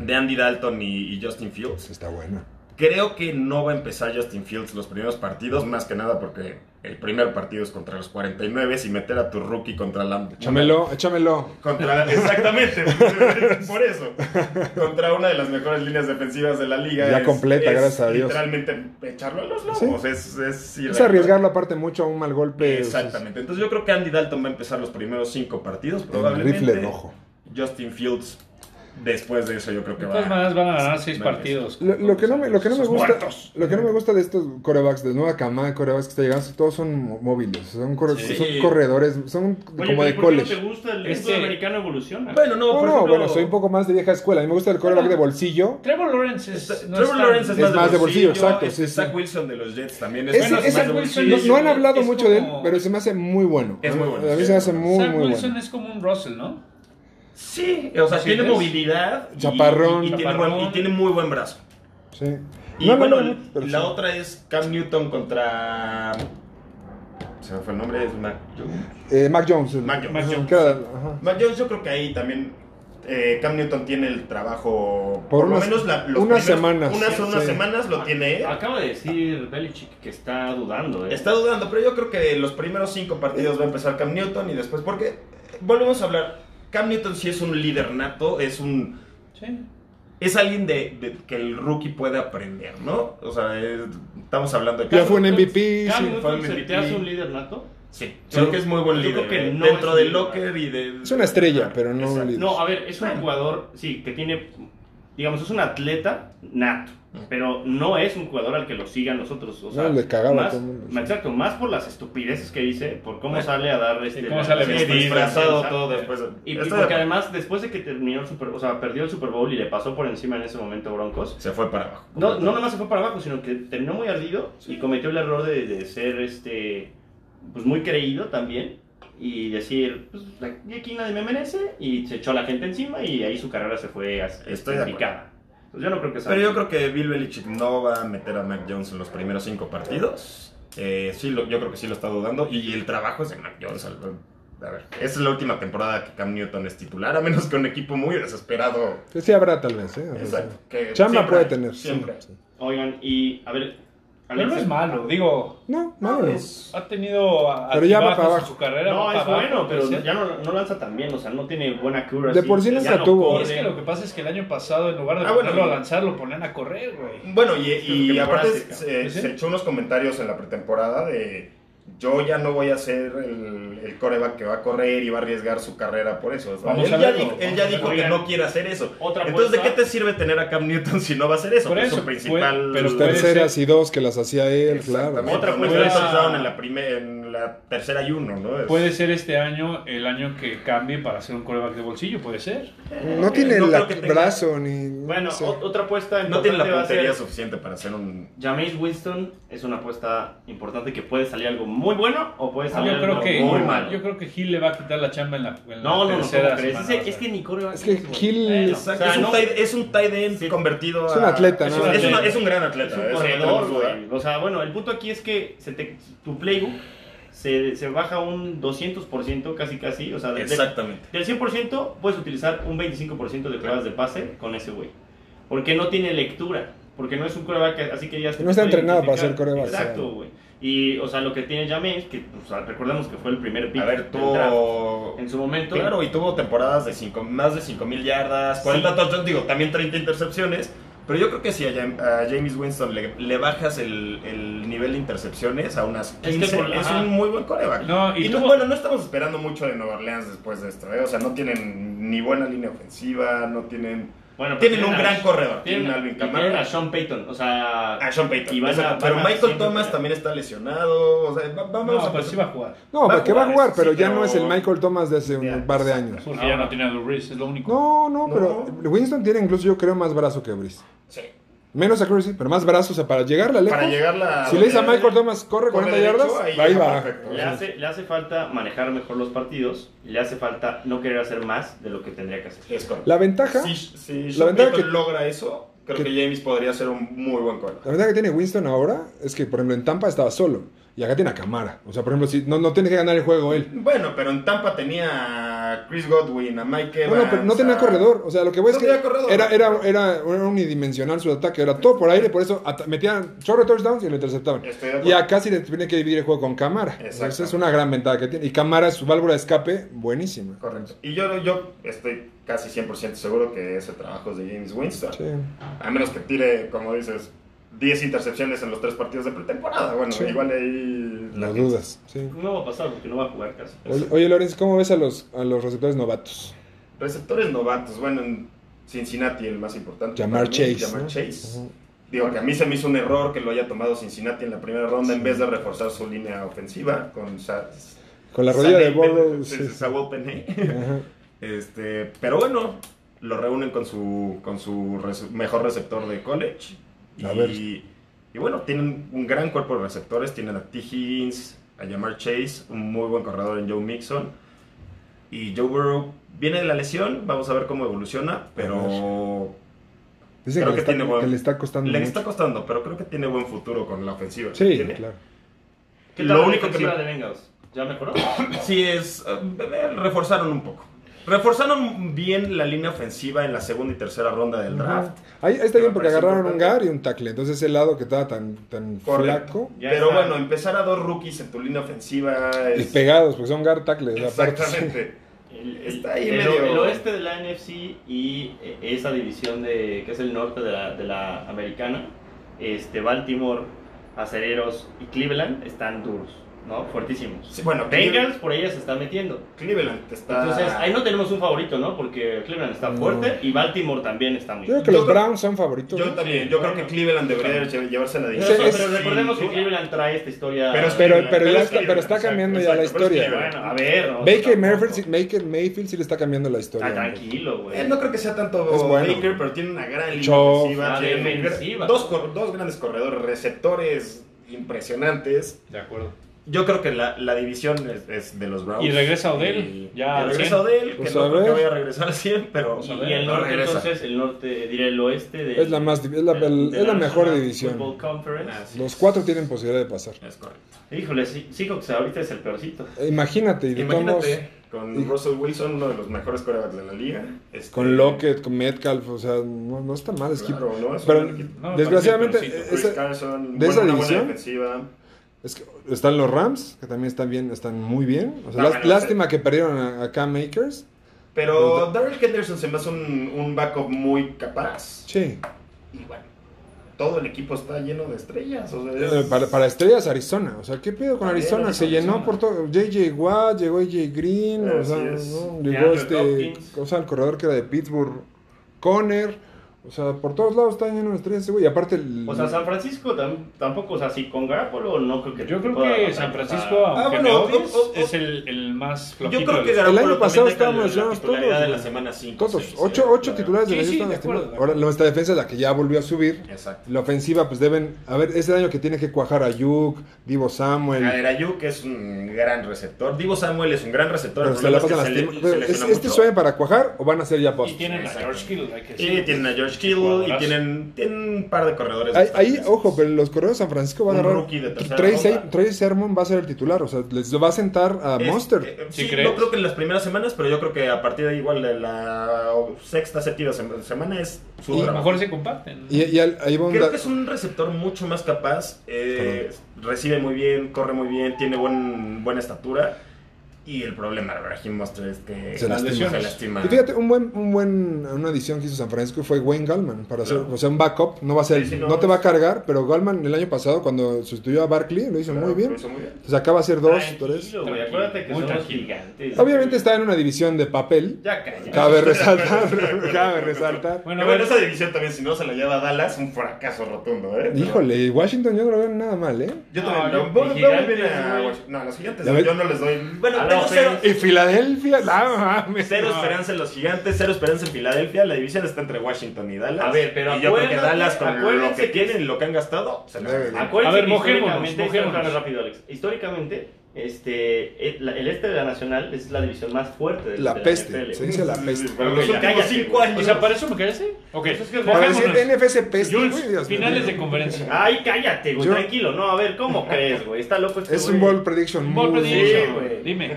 Speaker 4: de Andy Dalton y- y Justin Fields.
Speaker 1: Pues Está buena.
Speaker 4: Creo que no va a empezar Justin Fields los primeros partidos, más que nada porque el primer partido es contra los 49 y meter a tu rookie contra la...
Speaker 1: Échamelo, échamelo.
Speaker 2: Ah,
Speaker 4: Contra, exactamente, por eso. Contra una de las mejores líneas defensivas de la liga.
Speaker 1: Ya completa, gracias a Dios.
Speaker 4: Literalmente echarlo a los lobos. Es, es,
Speaker 1: Es
Speaker 4: irreal.
Speaker 1: arriesgarlo pues, aparte mucho a un mal golpe.
Speaker 4: Exactamente. Entonces yo creo que Andy Dalton va a empezar los primeros cinco partidos,
Speaker 1: o sea, El
Speaker 4: probablemente.
Speaker 1: rifle rojo.
Speaker 4: Justin Fields, después de eso, yo creo que
Speaker 3: De
Speaker 4: va
Speaker 3: todas maneras van a ganar seis
Speaker 4: Madres.
Speaker 3: partidos.
Speaker 1: Lo, lo que no me, lo que no me
Speaker 3: Esos
Speaker 1: gusta,
Speaker 3: muertos.
Speaker 1: lo que no me gusta de estos corebacks, de nueva camada de corebacks que está llegando, todos son mó- móviles, son, corre-
Speaker 4: Sí.
Speaker 1: son corredores, son
Speaker 2: Oye,
Speaker 1: como
Speaker 2: pero
Speaker 1: de
Speaker 2: ¿por qué no
Speaker 1: college.
Speaker 2: te gusta el
Speaker 3: Es
Speaker 2: fútbol
Speaker 3: que-
Speaker 2: americano evoluciona?
Speaker 4: Bueno, no,
Speaker 1: No,
Speaker 4: por
Speaker 1: no,
Speaker 4: ejemplo-
Speaker 1: bueno, soy un poco más de vieja escuela. A mí me gusta el coreback de bolsillo.
Speaker 3: Trevor Lawrence es.
Speaker 4: Está-
Speaker 3: no
Speaker 4: Trevor
Speaker 3: tan-
Speaker 4: Lawrence es,
Speaker 1: es
Speaker 4: más de bolsillo,
Speaker 1: exacto,
Speaker 4: este
Speaker 1: sí, sí.
Speaker 4: Zach Wilson de los Jets también es,
Speaker 1: Ese-
Speaker 4: bueno,
Speaker 1: ese-
Speaker 4: más de
Speaker 3: Wilson,
Speaker 4: bolsillo.
Speaker 1: no, no han hablado
Speaker 3: es
Speaker 1: mucho
Speaker 3: como-
Speaker 1: de él, pero se me hace muy bueno.
Speaker 4: Es muy bueno,
Speaker 1: A mí
Speaker 4: sí,
Speaker 1: se me hace
Speaker 4: es
Speaker 1: muy,
Speaker 3: Zach
Speaker 1: muy
Speaker 3: Wilson
Speaker 1: bueno.
Speaker 3: es como un Russell, ¿no?
Speaker 4: Sí, o sea,
Speaker 3: Sí,
Speaker 4: tiene
Speaker 3: es.
Speaker 4: movilidad y-
Speaker 1: Chaparrón.
Speaker 4: y, tiene
Speaker 3: Chaparrón.
Speaker 4: buen- y tiene muy buen brazo.
Speaker 1: Sí.
Speaker 4: Y
Speaker 1: No, no,
Speaker 4: bueno,
Speaker 1: no, pero
Speaker 4: la
Speaker 1: sí.
Speaker 4: otra es Cam Newton contra se me fue el nombre es Mac Jones.
Speaker 1: Eh, Mac Jones. el-
Speaker 4: Mac Jones.
Speaker 1: Ajá,
Speaker 4: Mac Jones.
Speaker 1: que era- ajá.
Speaker 4: Mac Jones, yo creo que ahí también eh, Cam Newton tiene el trabajo
Speaker 1: Por
Speaker 4: por,
Speaker 1: unas-
Speaker 4: lo menos la- los
Speaker 1: unas
Speaker 4: primeros-
Speaker 1: semanas,
Speaker 4: unas,
Speaker 1: sí,
Speaker 4: unas
Speaker 1: sí.
Speaker 4: semanas lo tiene él.
Speaker 2: Acaba de decir Belichick que está dudando, ¿eh?
Speaker 4: Está dudando, pero yo creo que los primeros cinco partidos va a empezar Cam Newton y después, porque eh, volvemos a hablar, Cam Newton sí es un líder nato, es un
Speaker 3: Sí.
Speaker 4: es alguien de, de- que el rookie puede aprender, ¿no? O sea, es- estamos hablando de
Speaker 1: Ya
Speaker 4: Cam
Speaker 1: fue un
Speaker 4: Newton.
Speaker 1: MVP.
Speaker 2: Cam
Speaker 1: sí.
Speaker 2: Newton
Speaker 4: fue un
Speaker 2: se te
Speaker 4: MVP.
Speaker 2: hace un líder nato?
Speaker 4: Sí, creo que es muy buen
Speaker 2: Yo
Speaker 4: líder.
Speaker 2: creo que
Speaker 4: eh,
Speaker 2: no
Speaker 4: dentro
Speaker 2: es
Speaker 4: del
Speaker 2: líder.
Speaker 4: locker y de
Speaker 1: Es una estrella, pero no un
Speaker 4: Exacto.
Speaker 1: líder.
Speaker 2: No, a ver, es un jugador, sí, que tiene digamos, es un atleta nato, pero no es un jugador al que lo sigan nosotros. O sea,
Speaker 1: No, le cagaba a
Speaker 2: más,
Speaker 1: todo el mundo, sí.
Speaker 2: Exacto, más por las estupideces que dice, por cómo
Speaker 4: Bueno.
Speaker 2: sale a dar este.
Speaker 3: cómo sale
Speaker 4: Sí,
Speaker 3: vestido,
Speaker 4: disfrazado
Speaker 2: exacto.
Speaker 4: todo después.
Speaker 2: Y, y
Speaker 4: Estoy de
Speaker 2: porque
Speaker 4: acuerdo.
Speaker 2: además, después de que terminó el Super o sea, perdió el Super Bowl y le pasó por encima en ese momento Broncos,
Speaker 4: Se fue para abajo.
Speaker 2: no, no nomás se fue para abajo, sino que terminó muy ardido y cometió el error de, de ser este pues muy creído también y decir, pues aquí aquí nadie me merece y se echó a la gente encima y ahí su carrera se fue a,
Speaker 4: Estoy de acuerdo.
Speaker 2: Entonces, Pues, yo no creo que sea.
Speaker 4: Pero yo creo que Bill Belichick no va a meter a Mac Jones en los primeros cinco partidos. Eh, sí, lo- yo creo que sí lo está dudando. Y el trabajo es de Mac Jones. al- A ver, esa es la última temporada que Cam Newton es titular, a menos que un equipo muy desesperado.
Speaker 1: Que sí habrá tal vez, ¿eh? O sea,
Speaker 4: Exacto. que
Speaker 1: Chamba
Speaker 4: siempre
Speaker 1: puede
Speaker 4: hay,
Speaker 1: tener. sí,
Speaker 4: Siempre.
Speaker 1: sí.
Speaker 2: Oigan, y a ver,
Speaker 3: Pero no es malo, digo,
Speaker 1: No, no, no.
Speaker 3: ha tenido a-
Speaker 1: Pero ya va
Speaker 3: altibajos
Speaker 1: para
Speaker 3: en
Speaker 1: abajo.
Speaker 3: su carrera.
Speaker 2: No,
Speaker 3: va
Speaker 2: es
Speaker 3: para abajo, pues, ¿eh?
Speaker 2: bueno, pero
Speaker 3: puede ser.
Speaker 2: ya no, no lanza tan bien, o sea, no tiene buena cura.
Speaker 1: De por sí
Speaker 2: ya
Speaker 1: nunca tuvo.
Speaker 2: corre.
Speaker 3: Y es que lo que pasa es que el año pasado, en lugar de
Speaker 4: Ah, bueno. Pues.
Speaker 3: ponerlo a lanzar, lo ponían a correr, güey.
Speaker 4: Bueno, y,
Speaker 2: Es lo
Speaker 4: y
Speaker 2: que
Speaker 4: aparte
Speaker 2: me parece,
Speaker 4: se, eh,
Speaker 3: ¿Sí?
Speaker 4: se echó unos comentarios en la pretemporada de yo ya no voy a ser el, el coreback que va a correr y va a arriesgar su carrera por eso. O sea,
Speaker 3: Vamos
Speaker 4: él
Speaker 3: a
Speaker 4: ya,
Speaker 3: verlo,
Speaker 4: dijo, él
Speaker 3: vamos
Speaker 4: ya
Speaker 3: a
Speaker 4: dijo
Speaker 2: verlo.
Speaker 4: que no quiere hacer eso.
Speaker 2: Otra
Speaker 4: Entonces, ¿de qué
Speaker 2: apuesta.
Speaker 4: te sirve tener a Cam Newton si no va a hacer eso?
Speaker 3: Por
Speaker 4: Que es
Speaker 3: eso,
Speaker 4: su principal...
Speaker 3: fue- pero puede ser.
Speaker 1: Terceras y dos que las hacía él, claro.
Speaker 4: Exactamente.
Speaker 2: Otra
Speaker 4: Otra
Speaker 2: puede ser.
Speaker 4: en la, primer- en la tercera y uno, ¿no? Es-
Speaker 3: Puede ser este año el año que cambie para ser un coreback de bolsillo, puede ser.
Speaker 1: No tiene
Speaker 4: Eh, No
Speaker 1: el
Speaker 4: creo que tenga-
Speaker 1: brazo ni.
Speaker 2: Bueno,
Speaker 1: no sé.
Speaker 2: o- otra apuesta
Speaker 4: No tiene la
Speaker 2: importante va a ser-
Speaker 4: puntería suficiente para hacer un...
Speaker 2: James Winston es una apuesta importante que puede salir algo muy bueno o puede salir
Speaker 3: Ah, Yo creo
Speaker 2: algo
Speaker 3: que,
Speaker 2: muy malo.
Speaker 3: yo creo que Gil le va a quitar la chamba en la, en
Speaker 2: no, no,
Speaker 3: la
Speaker 2: no,
Speaker 3: tercera
Speaker 2: ¿cómo crees?
Speaker 3: semana,
Speaker 2: Ese-
Speaker 3: o sea.
Speaker 2: es que ni coreback
Speaker 1: Es que
Speaker 2: güey.
Speaker 1: Gil-
Speaker 2: Bueno,
Speaker 4: Exacto,
Speaker 2: o sea,
Speaker 4: es, un
Speaker 2: no,
Speaker 4: tight, es un tight end
Speaker 2: Sí.
Speaker 4: convertido
Speaker 1: Es
Speaker 4: a-
Speaker 1: un atleta,
Speaker 4: es,
Speaker 1: ¿no?
Speaker 4: un, es
Speaker 2: Atleta.
Speaker 4: una- es un gran
Speaker 2: es
Speaker 4: atleta.
Speaker 2: un
Speaker 4: eso no
Speaker 2: corredor,
Speaker 4: tenemos duda.
Speaker 2: güey. O sea, bueno, el punto aquí es que se te, tu playbook se, se baja un 200% casi casi. O sea, de- de-
Speaker 4: Exactamente.
Speaker 2: del 100% puedes utilizar un 25% de pruebas de pase con ese güey. Porque no tiene lectura. Porque no es un coreback que- así que digas que
Speaker 1: No está
Speaker 2: te puede
Speaker 1: entrenado para
Speaker 2: identificar.
Speaker 1: ser coreback,
Speaker 2: Exacto,
Speaker 1: claro.
Speaker 2: güey. Y, o sea, lo que tiene James, que o sea, recordemos que fue el primer pick
Speaker 4: A ver,
Speaker 2: del draft.
Speaker 4: tuvo...
Speaker 2: en su momento.
Speaker 4: Claro, y tuvo temporadas de cinco, más de 5.000 yardas, 40 touchdowns, digo, también 30 intercepciones. Pero yo creo que si a, Jam- a James Winston le, le bajas el, el nivel de intercepciones a unas
Speaker 2: que
Speaker 4: 15, es,
Speaker 2: por la-
Speaker 4: un muy buen coreback.
Speaker 3: No, y
Speaker 4: y no-
Speaker 3: tuvo-
Speaker 4: bueno, no estamos esperando mucho de Nueva Orleans después de esto, ¿eh? O sea, no tienen ni buena línea ofensiva, no tienen...
Speaker 2: Bueno, pero
Speaker 4: Tienen un
Speaker 2: a-
Speaker 4: gran corredor,
Speaker 2: Tienen,
Speaker 4: tienen a Alvin
Speaker 2: y
Speaker 4: Kamara. Ah,
Speaker 2: tienen a Sean Payton. O sea,
Speaker 4: A Sean Payton.
Speaker 2: Y van a-
Speaker 4: Exacto,
Speaker 2: van
Speaker 4: pero
Speaker 2: a
Speaker 4: Michael
Speaker 2: siempre-
Speaker 4: Thomas también está lesionado. O sea, va- vamos
Speaker 3: No,
Speaker 4: a
Speaker 3: pero sí va a jugar.
Speaker 1: No,
Speaker 4: va a
Speaker 1: porque va a
Speaker 4: jugar,
Speaker 1: jugar,
Speaker 4: sí,
Speaker 1: pero ya
Speaker 4: pero-
Speaker 1: no es el Michael Thomas de hace
Speaker 4: Ya,
Speaker 1: un par de años.
Speaker 3: Pues Porque ya no tiene a Drew Brees, es lo único.
Speaker 1: No, no,
Speaker 4: No.
Speaker 1: pero Winston tiene incluso, yo creo, más brazo que Brice.
Speaker 4: Sí.
Speaker 1: Menos accuracy, pero más brazos, o sea, para llegarla lejos.
Speaker 4: Para llegar la...
Speaker 1: Si le dices a Michael Thomas, corre 40
Speaker 4: derecho,
Speaker 1: yardas, ahí
Speaker 4: llega
Speaker 1: va.
Speaker 4: perfecto.
Speaker 2: le, hace, le hace falta manejar mejor los partidos. y Le hace falta no querer hacer más de lo que tendría que hacer.
Speaker 4: Es correcto.
Speaker 1: La ventaja,
Speaker 4: Si, si
Speaker 1: La
Speaker 4: Sean
Speaker 1: ventaja
Speaker 4: Payton
Speaker 1: que-
Speaker 4: logra eso, creo que,
Speaker 1: que-
Speaker 4: James podría ser un muy buen coreback.
Speaker 1: la ventaja que tiene Winston ahora es que, por ejemplo, en Tampa estaba solo. Y acá tiene a Camara. O sea, por ejemplo, si no, no tiene que ganar el juego él.
Speaker 4: Bueno, pero en Tampa tenía a Chris Godwin, a Mike
Speaker 1: No,
Speaker 4: Evans.
Speaker 1: no, pero no tenía
Speaker 4: a-
Speaker 1: corredor. O sea, lo que voy es
Speaker 4: No
Speaker 1: que
Speaker 4: tenía corredor.
Speaker 1: era, era, era, era unidimensional su ataque. Era todo por aire, por eso at- metían chorro de touchdowns y lo interceptaban.
Speaker 4: Estoy de acuerdo.
Speaker 1: Y acá sí le tiene que dividir el juego con Camara.
Speaker 4: Exacto.
Speaker 1: Esa es una gran ventaja que tiene. Y Camara, su válvula de escape, buenísima.
Speaker 4: Correcto. Y yo, yo estoy casi 100% seguro que ese trabajo es de James Winston.
Speaker 1: Sí.
Speaker 4: A menos que tire, como dices, 10 intercepciones en los tres partidos de pretemporada. Bueno,
Speaker 1: Sí.
Speaker 4: igual ahí... la
Speaker 1: Las
Speaker 4: piensas.
Speaker 1: dudas. Sí.
Speaker 2: No va a pasar porque no va a jugar casi.
Speaker 1: Oye, oye, Lorenz, ¿cómo ves a los, a los receptores novatos?
Speaker 4: Receptores novatos, bueno, en Cincinnati el más importante.
Speaker 1: Llamar
Speaker 4: para mí,
Speaker 1: Chase.
Speaker 4: Jamar
Speaker 1: ¿no?
Speaker 4: Chase.
Speaker 1: Ujú.
Speaker 4: Digo que a mí se me hizo un error que lo haya tomado Cincinnati en la primera ronda en vez de reforzar su línea ofensiva con Sa-
Speaker 1: Con la rodilla
Speaker 4: Sané-
Speaker 1: de Burrow.
Speaker 4: sí,
Speaker 1: sí,
Speaker 4: sí,
Speaker 1: sí.
Speaker 4: Saúl Pené.
Speaker 1: Ajá.
Speaker 4: Este, pero bueno, lo reúnen con su con su rece- mejor receptor de college y,
Speaker 1: A ver.
Speaker 4: y bueno, tienen un gran cuerpo de receptores, tienen a T. Higgins, a Jamar Chase, un muy buen corredor en Joe Mixon y Joe Burrow viene de la lesión, vamos a ver cómo evoluciona, pero
Speaker 1: Dicen que,
Speaker 4: Creo que
Speaker 1: le está,
Speaker 4: tiene buen-
Speaker 1: que le está costando
Speaker 4: le
Speaker 1: mucho.
Speaker 4: está costando, pero creo que tiene buen futuro con la ofensiva. que
Speaker 1: Sí,
Speaker 4: tiene.
Speaker 1: claro.
Speaker 2: ¿Qué tal
Speaker 4: Lo
Speaker 2: la
Speaker 4: único que
Speaker 2: defensiva
Speaker 4: me-
Speaker 2: de Bengals? ¿Ya mejoró?
Speaker 4: Sí, es. eh, reforzaron un poco. Reforzaron bien la línea ofensiva en la segunda y tercera ronda del draft.
Speaker 1: Ahí, ahí está
Speaker 4: Me
Speaker 1: bien porque
Speaker 4: parece
Speaker 1: agarraron un
Speaker 4: importante.
Speaker 1: gar y un tackle. Entonces ese lado que estaba tan, tan
Speaker 4: Correcto.
Speaker 1: flaco.
Speaker 2: Ya
Speaker 4: Pero
Speaker 2: está.
Speaker 4: bueno, empezar a dos rookies en tu línea ofensiva
Speaker 1: Y
Speaker 4: es.
Speaker 1: pegados, porque son gar tackles. aparte, sí.
Speaker 4: Exactamente.
Speaker 2: El, el-
Speaker 4: Está ahí
Speaker 2: el-
Speaker 4: medio-
Speaker 2: el oeste de la NFC y eh, esa división de que es el norte de la, de la americana, este, Baltimore, Acereros y Cleveland están duros. ¿no? Fuertísimo.
Speaker 4: Sí, bueno,
Speaker 2: Bengals por ella se está metiendo.
Speaker 4: Cleveland está.
Speaker 2: Entonces, ahí no tenemos un favorito, ¿no? Porque Cleveland está
Speaker 1: No.
Speaker 2: fuerte y Baltimore también está muy
Speaker 1: Yo creo
Speaker 2: fuerte.
Speaker 1: que
Speaker 4: Yo
Speaker 1: los
Speaker 4: creo-
Speaker 1: Browns son favoritos.
Speaker 4: Yo
Speaker 1: ¿no?
Speaker 4: también, yo creo que Cleveland debería lle- llevarse la
Speaker 2: Pero,
Speaker 1: Ese
Speaker 4: división.
Speaker 1: es-
Speaker 2: pero recordemos
Speaker 4: Sí.
Speaker 2: que Cleveland trae esta historia.
Speaker 4: Pero es-
Speaker 1: Pero, pero,
Speaker 4: Pero
Speaker 1: ya
Speaker 4: es
Speaker 1: está,
Speaker 4: Cleveland,
Speaker 1: pero está
Speaker 4: exacto,
Speaker 1: cambiando ya
Speaker 4: exacto,
Speaker 1: la
Speaker 4: pero es
Speaker 1: historia.
Speaker 4: Cleveland.
Speaker 2: bueno, a ver. no,
Speaker 1: Baker,
Speaker 2: tampoco.
Speaker 1: Mayfield, sí- Baker Mayfield sí le está cambiando la historia.
Speaker 2: Ah, tranquilo, güey.
Speaker 4: Eh, no creo que sea tanto
Speaker 1: Es bueno.
Speaker 4: Baker, pero tiene una gran línea
Speaker 1: Cho-
Speaker 4: ofensiva.
Speaker 2: Ah,
Speaker 4: tiene
Speaker 2: defensiva.
Speaker 4: Dos, cor- dos grandes corredores, receptores impresionantes.
Speaker 3: De acuerdo.
Speaker 4: Yo creo que la, la división es, es de los Browns.
Speaker 3: Y regresa Odell,
Speaker 4: Y-
Speaker 3: ya
Speaker 4: y
Speaker 3: al
Speaker 4: regresa
Speaker 3: 100.
Speaker 4: Odell, que
Speaker 1: Pues a
Speaker 4: no creo que
Speaker 1: ver.
Speaker 4: vaya a regresar al 100, pero.
Speaker 3: Vamos a ver.
Speaker 2: Y el
Speaker 4: no
Speaker 2: norte,
Speaker 4: regresa.
Speaker 2: entonces, el norte, diré el oeste de.
Speaker 1: Es la más div- es la- el-
Speaker 2: de
Speaker 1: es la mejor
Speaker 2: National
Speaker 1: división.
Speaker 2: Football Conference.
Speaker 4: Así
Speaker 1: Los
Speaker 4: es.
Speaker 1: cuatro tienen posibilidad de pasar.
Speaker 4: Es correcto.
Speaker 2: Ah, Híjole, sí, Seahawks ahorita es el peorcito.
Speaker 1: Imagínate, y de todos modos,
Speaker 4: Imagínate, con
Speaker 1: y-
Speaker 4: Russell Wilson, uno de los mejores corebacks de la liga. este-
Speaker 1: con Lockett, con Metcalf, o sea, no, no está mal es
Speaker 4: Claro,
Speaker 1: equipo.
Speaker 4: ¿no? Es un
Speaker 1: Pero
Speaker 4: buen equipo.
Speaker 3: No, me
Speaker 1: desgraciadamente
Speaker 3: parece un
Speaker 4: Chris
Speaker 1: ese-
Speaker 4: Carson,
Speaker 1: de
Speaker 4: buena-
Speaker 1: esa
Speaker 4: una
Speaker 1: división.
Speaker 4: buena defensiva.
Speaker 1: es que están los Rams, que también están bien, están muy bien. O sea,
Speaker 4: No,
Speaker 1: lás-
Speaker 4: bueno,
Speaker 1: lástima que perdieron a, a Cam Akers.
Speaker 4: Pero Darrell Henderson se me hace un, un backup muy capaz.
Speaker 1: Sí.
Speaker 4: Y bueno, todo el equipo está lleno de estrellas. o sea, Pues es-
Speaker 1: Eh, Para, para estrellas, Arizona. O sea, ¿qué pedo con
Speaker 4: También
Speaker 1: Arizona?
Speaker 4: es
Speaker 1: Se llenó
Speaker 4: Arizona.
Speaker 1: por todo. JJ Watt, llegó AJ Green, o
Speaker 4: Así
Speaker 1: sea,
Speaker 4: es.
Speaker 1: ¿no?
Speaker 2: De
Speaker 1: llegó
Speaker 2: Andrew
Speaker 1: este.
Speaker 2: Hopkins.
Speaker 1: O sea, el corredor que era de Pittsburgh, Conner. O sea, por todos lados está lleno de estrellas ese güey. Y aparte, el,
Speaker 2: O sea, San Francisco tam- tampoco, o sea, si con Garapolo no creo que.
Speaker 3: Yo creo
Speaker 2: pueda Ah,
Speaker 3: que
Speaker 2: pasar.
Speaker 3: San
Speaker 2: O sea,
Speaker 3: Francisco, aunque
Speaker 4: bueno,
Speaker 3: me odies,
Speaker 4: o- o- o-
Speaker 3: es el, el más flojito.
Speaker 4: Yo creo que
Speaker 3: de los-
Speaker 1: año
Speaker 4: Garoppolo
Speaker 1: pasado
Speaker 4: también
Speaker 1: estábamos
Speaker 4: deja la-
Speaker 1: llenos
Speaker 4: la titularidad
Speaker 1: todos,
Speaker 4: de la
Speaker 1: ¿no?
Speaker 4: semana 5.
Speaker 1: todos. Ocho, ocho titulares de la
Speaker 3: Sí, sí,
Speaker 1: lista
Speaker 3: de
Speaker 1: lastimados.
Speaker 3: acuerdo, de
Speaker 1: Ahora,
Speaker 3: acuerdo.
Speaker 1: nuestra defensa es la que ya volvió a subir.
Speaker 4: Exacto.
Speaker 1: La ofensiva, pues deben. A ver, ese daño que tiene que cuajar a Yuk, Divo Samuel.
Speaker 4: Ah, Ayuk es un gran receptor. Divo Samuel es un gran receptor.
Speaker 1: pero
Speaker 4: el
Speaker 1: se la pasan
Speaker 4: problema es que
Speaker 1: lastima-
Speaker 4: se
Speaker 1: pero
Speaker 4: le- se
Speaker 1: ¿Es,
Speaker 4: lesiona
Speaker 1: ¿Este
Speaker 4: mucho.
Speaker 1: sueño para cuajar o van a ser ya
Speaker 3: Y
Speaker 1: post?
Speaker 3: tienen a
Speaker 4: Exacto.
Speaker 3: George Kittle, hay que
Speaker 4: Y
Speaker 3: decirlo.
Speaker 4: tienen a George Kittle y
Speaker 3: Jugadorazo.
Speaker 4: tienen, tienen un par de corredores.
Speaker 1: Ahí,
Speaker 4: bastante
Speaker 1: ahí,
Speaker 4: decentes.
Speaker 1: ojo, pero los corredores de San Francisco van a
Speaker 4: Un
Speaker 1: agarrar.
Speaker 4: rookie de tercera
Speaker 1: Trey
Speaker 4: ronda.
Speaker 1: Ser- Trey Sermon va a ser el titular, o sea, les va a sentar a
Speaker 4: Es-
Speaker 1: Monster.
Speaker 4: eh,
Speaker 3: ¿Sí
Speaker 4: sí,
Speaker 3: crees?
Speaker 4: no creo que en las primeras semanas, pero yo creo que a partir de igual de la sexta, séptima sem- semana es su
Speaker 3: A lo
Speaker 4: trabajo.
Speaker 3: mejor se comparten.
Speaker 1: y y al- ahí va un
Speaker 4: Creo
Speaker 1: da-
Speaker 4: que es un receptor mucho más capaz, eh, recibe muy bien, corre muy bien, tiene buen, buena estatura. Y el problema de Raheem Monster es que
Speaker 1: Se
Speaker 4: las
Speaker 1: lastima.
Speaker 4: se lastima.
Speaker 1: Y fíjate, un buen, un buen, una adición que hizo San Francisco fue Wayne Gallman, para hacer,
Speaker 4: Claro.
Speaker 1: o sea, un backup, no va a ser,
Speaker 4: Sí, sí,
Speaker 1: no,
Speaker 4: no,
Speaker 1: te va a
Speaker 4: es-
Speaker 1: cargar, pero Gallman el año pasado cuando sustituyó a Barkley lo hizo
Speaker 4: Claro, pues,
Speaker 1: muy bien.
Speaker 4: lo hizo muy bien.
Speaker 1: Entonces acaba a ser dos, tres.
Speaker 2: Tranquilo, güey, acuérdate que
Speaker 3: Muy
Speaker 2: son
Speaker 3: tranquilo.
Speaker 2: gigantes.
Speaker 1: Obviamente está en una división de papel,
Speaker 2: Ya cállate.
Speaker 1: cabe resaltar, cabe resaltar.
Speaker 3: Bueno,
Speaker 4: Que bueno,
Speaker 3: bueno.
Speaker 4: esa división también, si no se la lleva Dallas, un fracaso rotundo, ¿eh? Pero-
Speaker 1: Híjole, Washington yo no lo veo nada mal, ¿eh?
Speaker 4: Yo
Speaker 3: Ah,
Speaker 4: también.
Speaker 3: yo-
Speaker 4: no, voy-
Speaker 2: y
Speaker 4: voy a-
Speaker 2: gigantes,
Speaker 4: a-
Speaker 2: güey.
Speaker 4: no, los gigantes,
Speaker 1: Ya ves.
Speaker 4: yo no les doy. Bueno,
Speaker 2: A la
Speaker 4: tengo cero,
Speaker 2: ofensa.
Speaker 1: Y Filadelfia, no mames.
Speaker 4: Cero
Speaker 1: No.
Speaker 4: esperanza en los gigantes, cero esperanza en Filadelfia. La división está entre Washington y Dallas.
Speaker 2: A ver, pero
Speaker 4: y yo creo que
Speaker 2: acuérdate-
Speaker 4: Dallas, con lo
Speaker 2: acuérdense
Speaker 4: que
Speaker 2: que-
Speaker 4: tienen y lo que han gastado, se les va a
Speaker 1: Debe de-
Speaker 4: ganar.
Speaker 2: Acuérdense
Speaker 3: A ver,
Speaker 2: que
Speaker 3: mojémonos,
Speaker 2: históricamente-
Speaker 3: mojémonos.
Speaker 2: espérame rápido, Alex. Históricamente, este, el, la- el este de la Nacional es la división más fuerte de
Speaker 1: La
Speaker 2: de
Speaker 1: peste,
Speaker 2: NFL.
Speaker 1: se dice la peste.
Speaker 4: Pero los
Speaker 3: Ok, ya.
Speaker 4: últimos
Speaker 2: Cállate,
Speaker 4: cinco
Speaker 2: güey.
Speaker 4: años.
Speaker 3: O sea, ¿para eso me quedaste? Ok.
Speaker 2: Pues es que-
Speaker 1: Para
Speaker 3: Mojémonos.
Speaker 1: decir NFC peste,
Speaker 3: Jules,
Speaker 1: güey, Dios mío.
Speaker 3: finales de conferencia.
Speaker 2: Ay, cállate, güey,
Speaker 1: Yo-
Speaker 2: tranquilo. No, a ver, ¿cómo crees, güey? Está loco este
Speaker 1: Es un
Speaker 2: güey.
Speaker 1: ball prediction.
Speaker 3: Ball
Speaker 1: muy
Speaker 3: prediction,
Speaker 1: bueno.
Speaker 2: güey.
Speaker 3: Dime.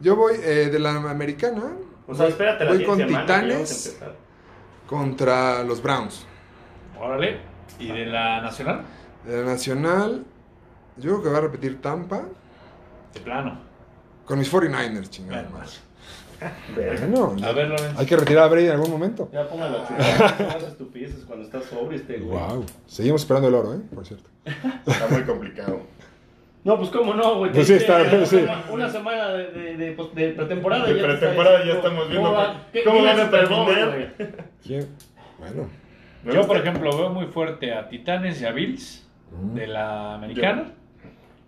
Speaker 1: Yo voy eh, de la americana.
Speaker 2: O sea, espérate la
Speaker 1: Voy con
Speaker 2: siguiente semana que ya vamos a
Speaker 1: Titanes
Speaker 2: empezar.
Speaker 1: contra los Browns.
Speaker 3: Órale. ¿Y de la nacional?
Speaker 1: De la nacional, yo creo que va a repetir Tampa
Speaker 3: De plano.
Speaker 1: con mis 49ers, chingada
Speaker 3: Bueno.
Speaker 1: madre. Bueno,
Speaker 3: A ver, Lorenzo.
Speaker 1: hay que retirar a Brady en algún momento.
Speaker 2: Ya póngalo a
Speaker 1: Ah.
Speaker 2: chupar. No hagas estupideces cuando estás sobre este güey.
Speaker 1: Wow. Seguimos esperando el oro, ¿eh? Por cierto.
Speaker 4: Está muy complicado.
Speaker 2: No, pues cómo no, güey.
Speaker 1: Pues
Speaker 2: Te
Speaker 1: sí, está-
Speaker 2: dije, una
Speaker 1: sí.
Speaker 2: sema- Una semana de, de, de, pues, de pretemporada.
Speaker 4: De
Speaker 2: ya te
Speaker 4: pretemporada
Speaker 2: sabes
Speaker 4: ya estamos viendo
Speaker 2: va-
Speaker 4: qué-
Speaker 2: qué-
Speaker 4: cómo
Speaker 2: quién
Speaker 4: van a
Speaker 2: es Super Bowl,
Speaker 4: terminar.
Speaker 2: güey.
Speaker 1: ¿Quién? Bueno.
Speaker 4: Me
Speaker 3: Yo,
Speaker 4: gusta-
Speaker 3: por ejemplo, veo muy fuerte a Titanes y a Bills de la americana.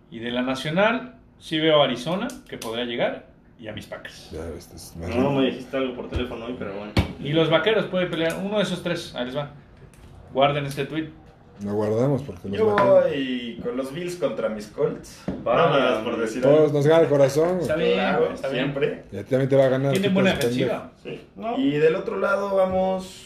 Speaker 3: Y de la nacional, sí veo a Arizona, que podría llegar, y a mis Packers.
Speaker 1: Ya ves, es más
Speaker 2: No, me dijiste algo por teléfono hoy, pero bueno.
Speaker 3: Y los vaqueros pueden pelear uno de esos tres. Ahí les va. Guarden este tweet.
Speaker 1: Lo guardamos porque los
Speaker 4: Yo
Speaker 1: bajamos.
Speaker 4: voy con los Bills contra mis Colts.
Speaker 2: Vaya,
Speaker 4: Nada más por decir
Speaker 1: Todos
Speaker 4: algo.
Speaker 1: nos gana el corazón. güey.
Speaker 3: Está bien,
Speaker 4: Claro,
Speaker 3: está bien.
Speaker 4: siempre.
Speaker 1: Y a ti también te va a ganar.
Speaker 3: Tienen
Speaker 1: tú
Speaker 3: buena
Speaker 1: puedes
Speaker 3: defensiva.
Speaker 4: Sí.
Speaker 2: No.
Speaker 4: Y del otro lado vamos.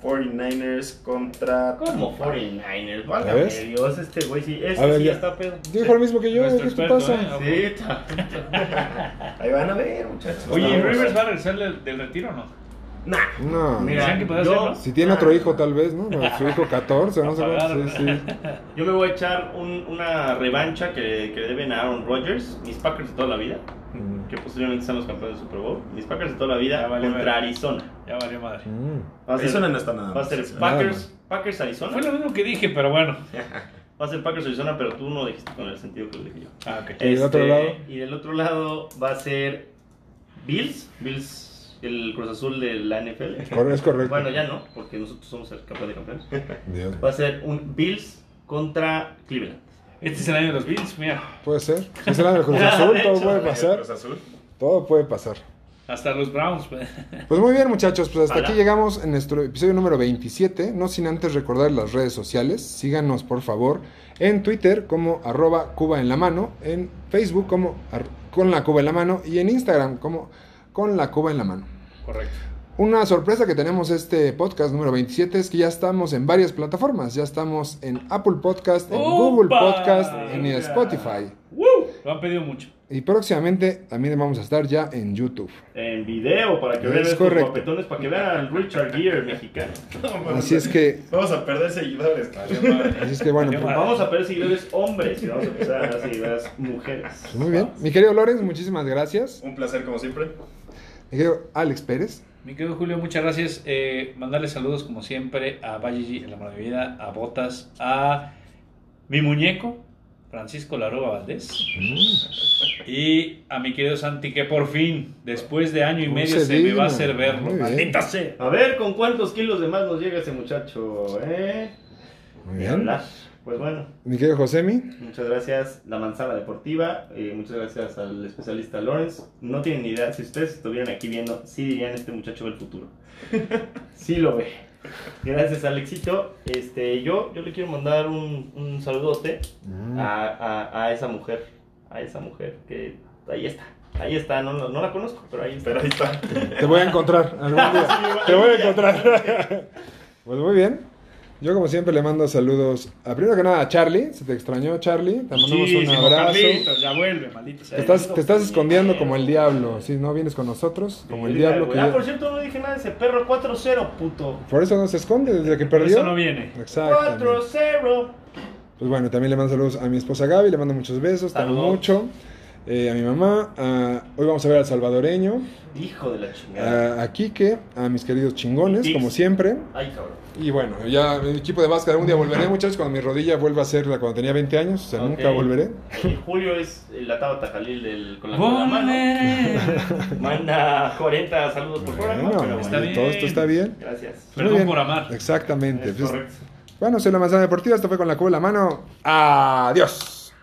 Speaker 4: 49ers contra.
Speaker 2: Como 49ers,
Speaker 1: ¿Ya
Speaker 2: válgame
Speaker 1: ves?
Speaker 2: Dios, este güey sí,
Speaker 1: A
Speaker 2: este
Speaker 1: ver,
Speaker 2: sí
Speaker 1: ya.
Speaker 2: ya está pedo.
Speaker 1: defender. Dijo lo mismo que yo,
Speaker 3: Nuestro
Speaker 1: ¿qué te
Speaker 3: experto,
Speaker 1: pasa?
Speaker 3: ¿eh?
Speaker 2: Sí, está.
Speaker 4: Ahí van a ver, muchachos.
Speaker 3: Oye, ¿y
Speaker 4: Vamos.
Speaker 3: Rivers va a regresar del, del retiro o no?
Speaker 4: Nah.
Speaker 1: No.
Speaker 3: Decían que podía
Speaker 2: yo,
Speaker 3: hacerlo.
Speaker 1: Si tiene otro hijo, tal vez, ¿no? Su hijo 14, no sé
Speaker 3: Apagar.
Speaker 1: cuánto. Sí, sí.
Speaker 2: yo me voy a echar un- una revancha que, que le deben a Aaron Rodgers, mis Packers de toda la vida.
Speaker 1: Mm.
Speaker 2: que que posteriormente sean los campeones del Super Bowl, mis Packers de toda la vida
Speaker 3: Ya valió
Speaker 2: contra
Speaker 3: verga.
Speaker 2: Arizona.
Speaker 3: Ya valió madre.
Speaker 1: Mm.
Speaker 2: Va a ser,
Speaker 4: Arizona no está nada
Speaker 2: va a
Speaker 4: más.
Speaker 2: ser
Speaker 1: Nada
Speaker 2: Packers,
Speaker 1: más.
Speaker 2: Packers Arizona.
Speaker 3: Fue lo mismo que dije, pero bueno.
Speaker 2: Va a ser Packers Arizona, pero tú no dijiste con el sentido que lo dije yo.
Speaker 3: Ah, ok.
Speaker 1: ¿Y del otro
Speaker 2: Este,
Speaker 1: lado?
Speaker 2: y del otro lado va a ser Bills, Bills, el Cruz Azul de la NFL.
Speaker 1: Cor- Es correcto.
Speaker 2: Bueno, ya no, porque nosotros somos el campeón de campeones.
Speaker 1: Dios.
Speaker 2: Va a ser un Bills contra Cleveland.
Speaker 3: Este es el año de los Bills, mira.
Speaker 1: Puede ser. Si será del Cruz Azul,
Speaker 2: De
Speaker 1: todo
Speaker 2: hecho,
Speaker 1: puede
Speaker 2: del
Speaker 1: pasar.
Speaker 4: Cruz Azul.
Speaker 1: Todo puede pasar.
Speaker 3: Hasta los Browns. pues.
Speaker 1: Pues muy bien, muchachos, pues hasta
Speaker 2: Hola.
Speaker 1: aquí llegamos en nuestro episodio número 27. No sin antes recordar las redes sociales. Síganos, por favor, en Twitter como arroba Cuba en la mano, en Facebook como ar- con la Cuba en la mano y en Instagram como con la Cuba en la mano.
Speaker 3: Correcto.
Speaker 1: Una sorpresa que tenemos este podcast número 27 es que ya estamos en varias plataformas. Ya estamos en Apple Podcast, en
Speaker 3: ¡Upa!
Speaker 1: Google Podcast, en
Speaker 3: Venga.
Speaker 1: Spotify.
Speaker 3: ¡Woo! Lo han pedido mucho.
Speaker 1: Y próximamente también vamos a estar ya en YouTube.
Speaker 2: En video, para que
Speaker 1: Es
Speaker 2: vean estos
Speaker 1: correcto.
Speaker 2: guapetones, para que vean al Richard Gere mexicano.
Speaker 1: Así es que,
Speaker 4: Vamos a perder seguidores.
Speaker 1: así es que bueno.
Speaker 3: Qué
Speaker 1: pues,
Speaker 3: Ah.
Speaker 2: Vamos a perder seguidores hombres y vamos a empezar a dar seguidores mujeres.
Speaker 1: Pues Muy bien. Mi querido Lorenz, muchísimas gracias.
Speaker 4: Un placer como siempre.
Speaker 1: Mi querido Alex Pérez.
Speaker 3: Mi querido Julio, muchas gracias. Eh, mandarle saludos como siempre a Valle G, a La Maravilla, a Botas, a mi muñeco, Francisco Laroba Valdés, y a mi querido Santi, que por fin, después de año y
Speaker 1: No
Speaker 3: medio,
Speaker 1: se
Speaker 3: se me va
Speaker 1: diga.
Speaker 3: a hacer verlo.
Speaker 1: Muy bien.
Speaker 3: ¡Maldita sea!
Speaker 2: A ver con cuántos kilos de más nos llega ese muchacho, ¿eh?
Speaker 1: Muy
Speaker 2: Ni
Speaker 1: bien.
Speaker 2: hablar. Pues bueno,
Speaker 1: Mi querido Josemi.
Speaker 2: muchas gracias La Manzana Deportiva, eh, muchas gracias al especialista Lawrence. No tienen ni idea, si ustedes estuvieran aquí viendo, sí dirían este muchacho del futuro. sí lo ve. Gracias Alexito. Este, yo, yo le quiero mandar un, un saludote
Speaker 1: Mm.
Speaker 3: Ah.
Speaker 2: a, a- a esa mujer, a esa mujer que ahí está, ahí está, no, no, no la conozco, pero ahí está.
Speaker 4: Pero ahí está.
Speaker 1: Te voy a encontrar algún día. Te voy a encontrar. Pues muy bien. Yo como siempre le mando saludos a primero que nada a Charlie. Se te extrañó Charlie. Te mandamos un
Speaker 3: Muchísimo,
Speaker 1: abrazo.
Speaker 3: Carlitos, ya vuelve, maldita sea.
Speaker 1: Te estás, te estás escondiendo como el diablo. Si no vienes con nosotros, como el diablo que
Speaker 2: Ah,
Speaker 1: ya-
Speaker 2: por cierto, no dije nada de ese perro 4-0, puto.
Speaker 1: Por eso no se esconde desde que
Speaker 3: Por
Speaker 1: perdió.
Speaker 3: eso no viene.
Speaker 1: Exacto.
Speaker 2: 4-0.
Speaker 1: Pues bueno, también le mando saludos a mi esposa Gaby, le mando muchos besos, te amo
Speaker 2: Saludos.
Speaker 1: mucho. Eh, a mi mamá, a- hoy vamos a ver al salvadoreño,
Speaker 2: Hijo de la chingada.
Speaker 1: a, a Quique, a mis queridos chingones,
Speaker 2: Mis
Speaker 1: como
Speaker 2: tics.
Speaker 1: siempre.
Speaker 2: Ay, cabrón.
Speaker 1: Y bueno, ya el equipo de básquet algún día volveré, muchachos, cuando mi rodilla vuelva a ser la cuando tenía 20 años, o sea,
Speaker 2: Ok.
Speaker 1: nunca volveré.
Speaker 2: Eh, Julio es la Tabata Jalil del, con la, con la mano.
Speaker 3: Volveré.
Speaker 2: Manda 40 saludos por programa.
Speaker 1: Bueno,
Speaker 2: pero
Speaker 3: está
Speaker 2: bueno.
Speaker 3: bien. Pues
Speaker 1: todo esto está bien.
Speaker 2: Gracias.
Speaker 1: Muy
Speaker 3: Perdón
Speaker 1: bien.
Speaker 3: por amar.
Speaker 1: Exactamente.
Speaker 2: Es
Speaker 1: Pues,
Speaker 2: correcto.
Speaker 1: bueno, soy la manzana deportiva, esto fue con la cuba en la mano. Adiós.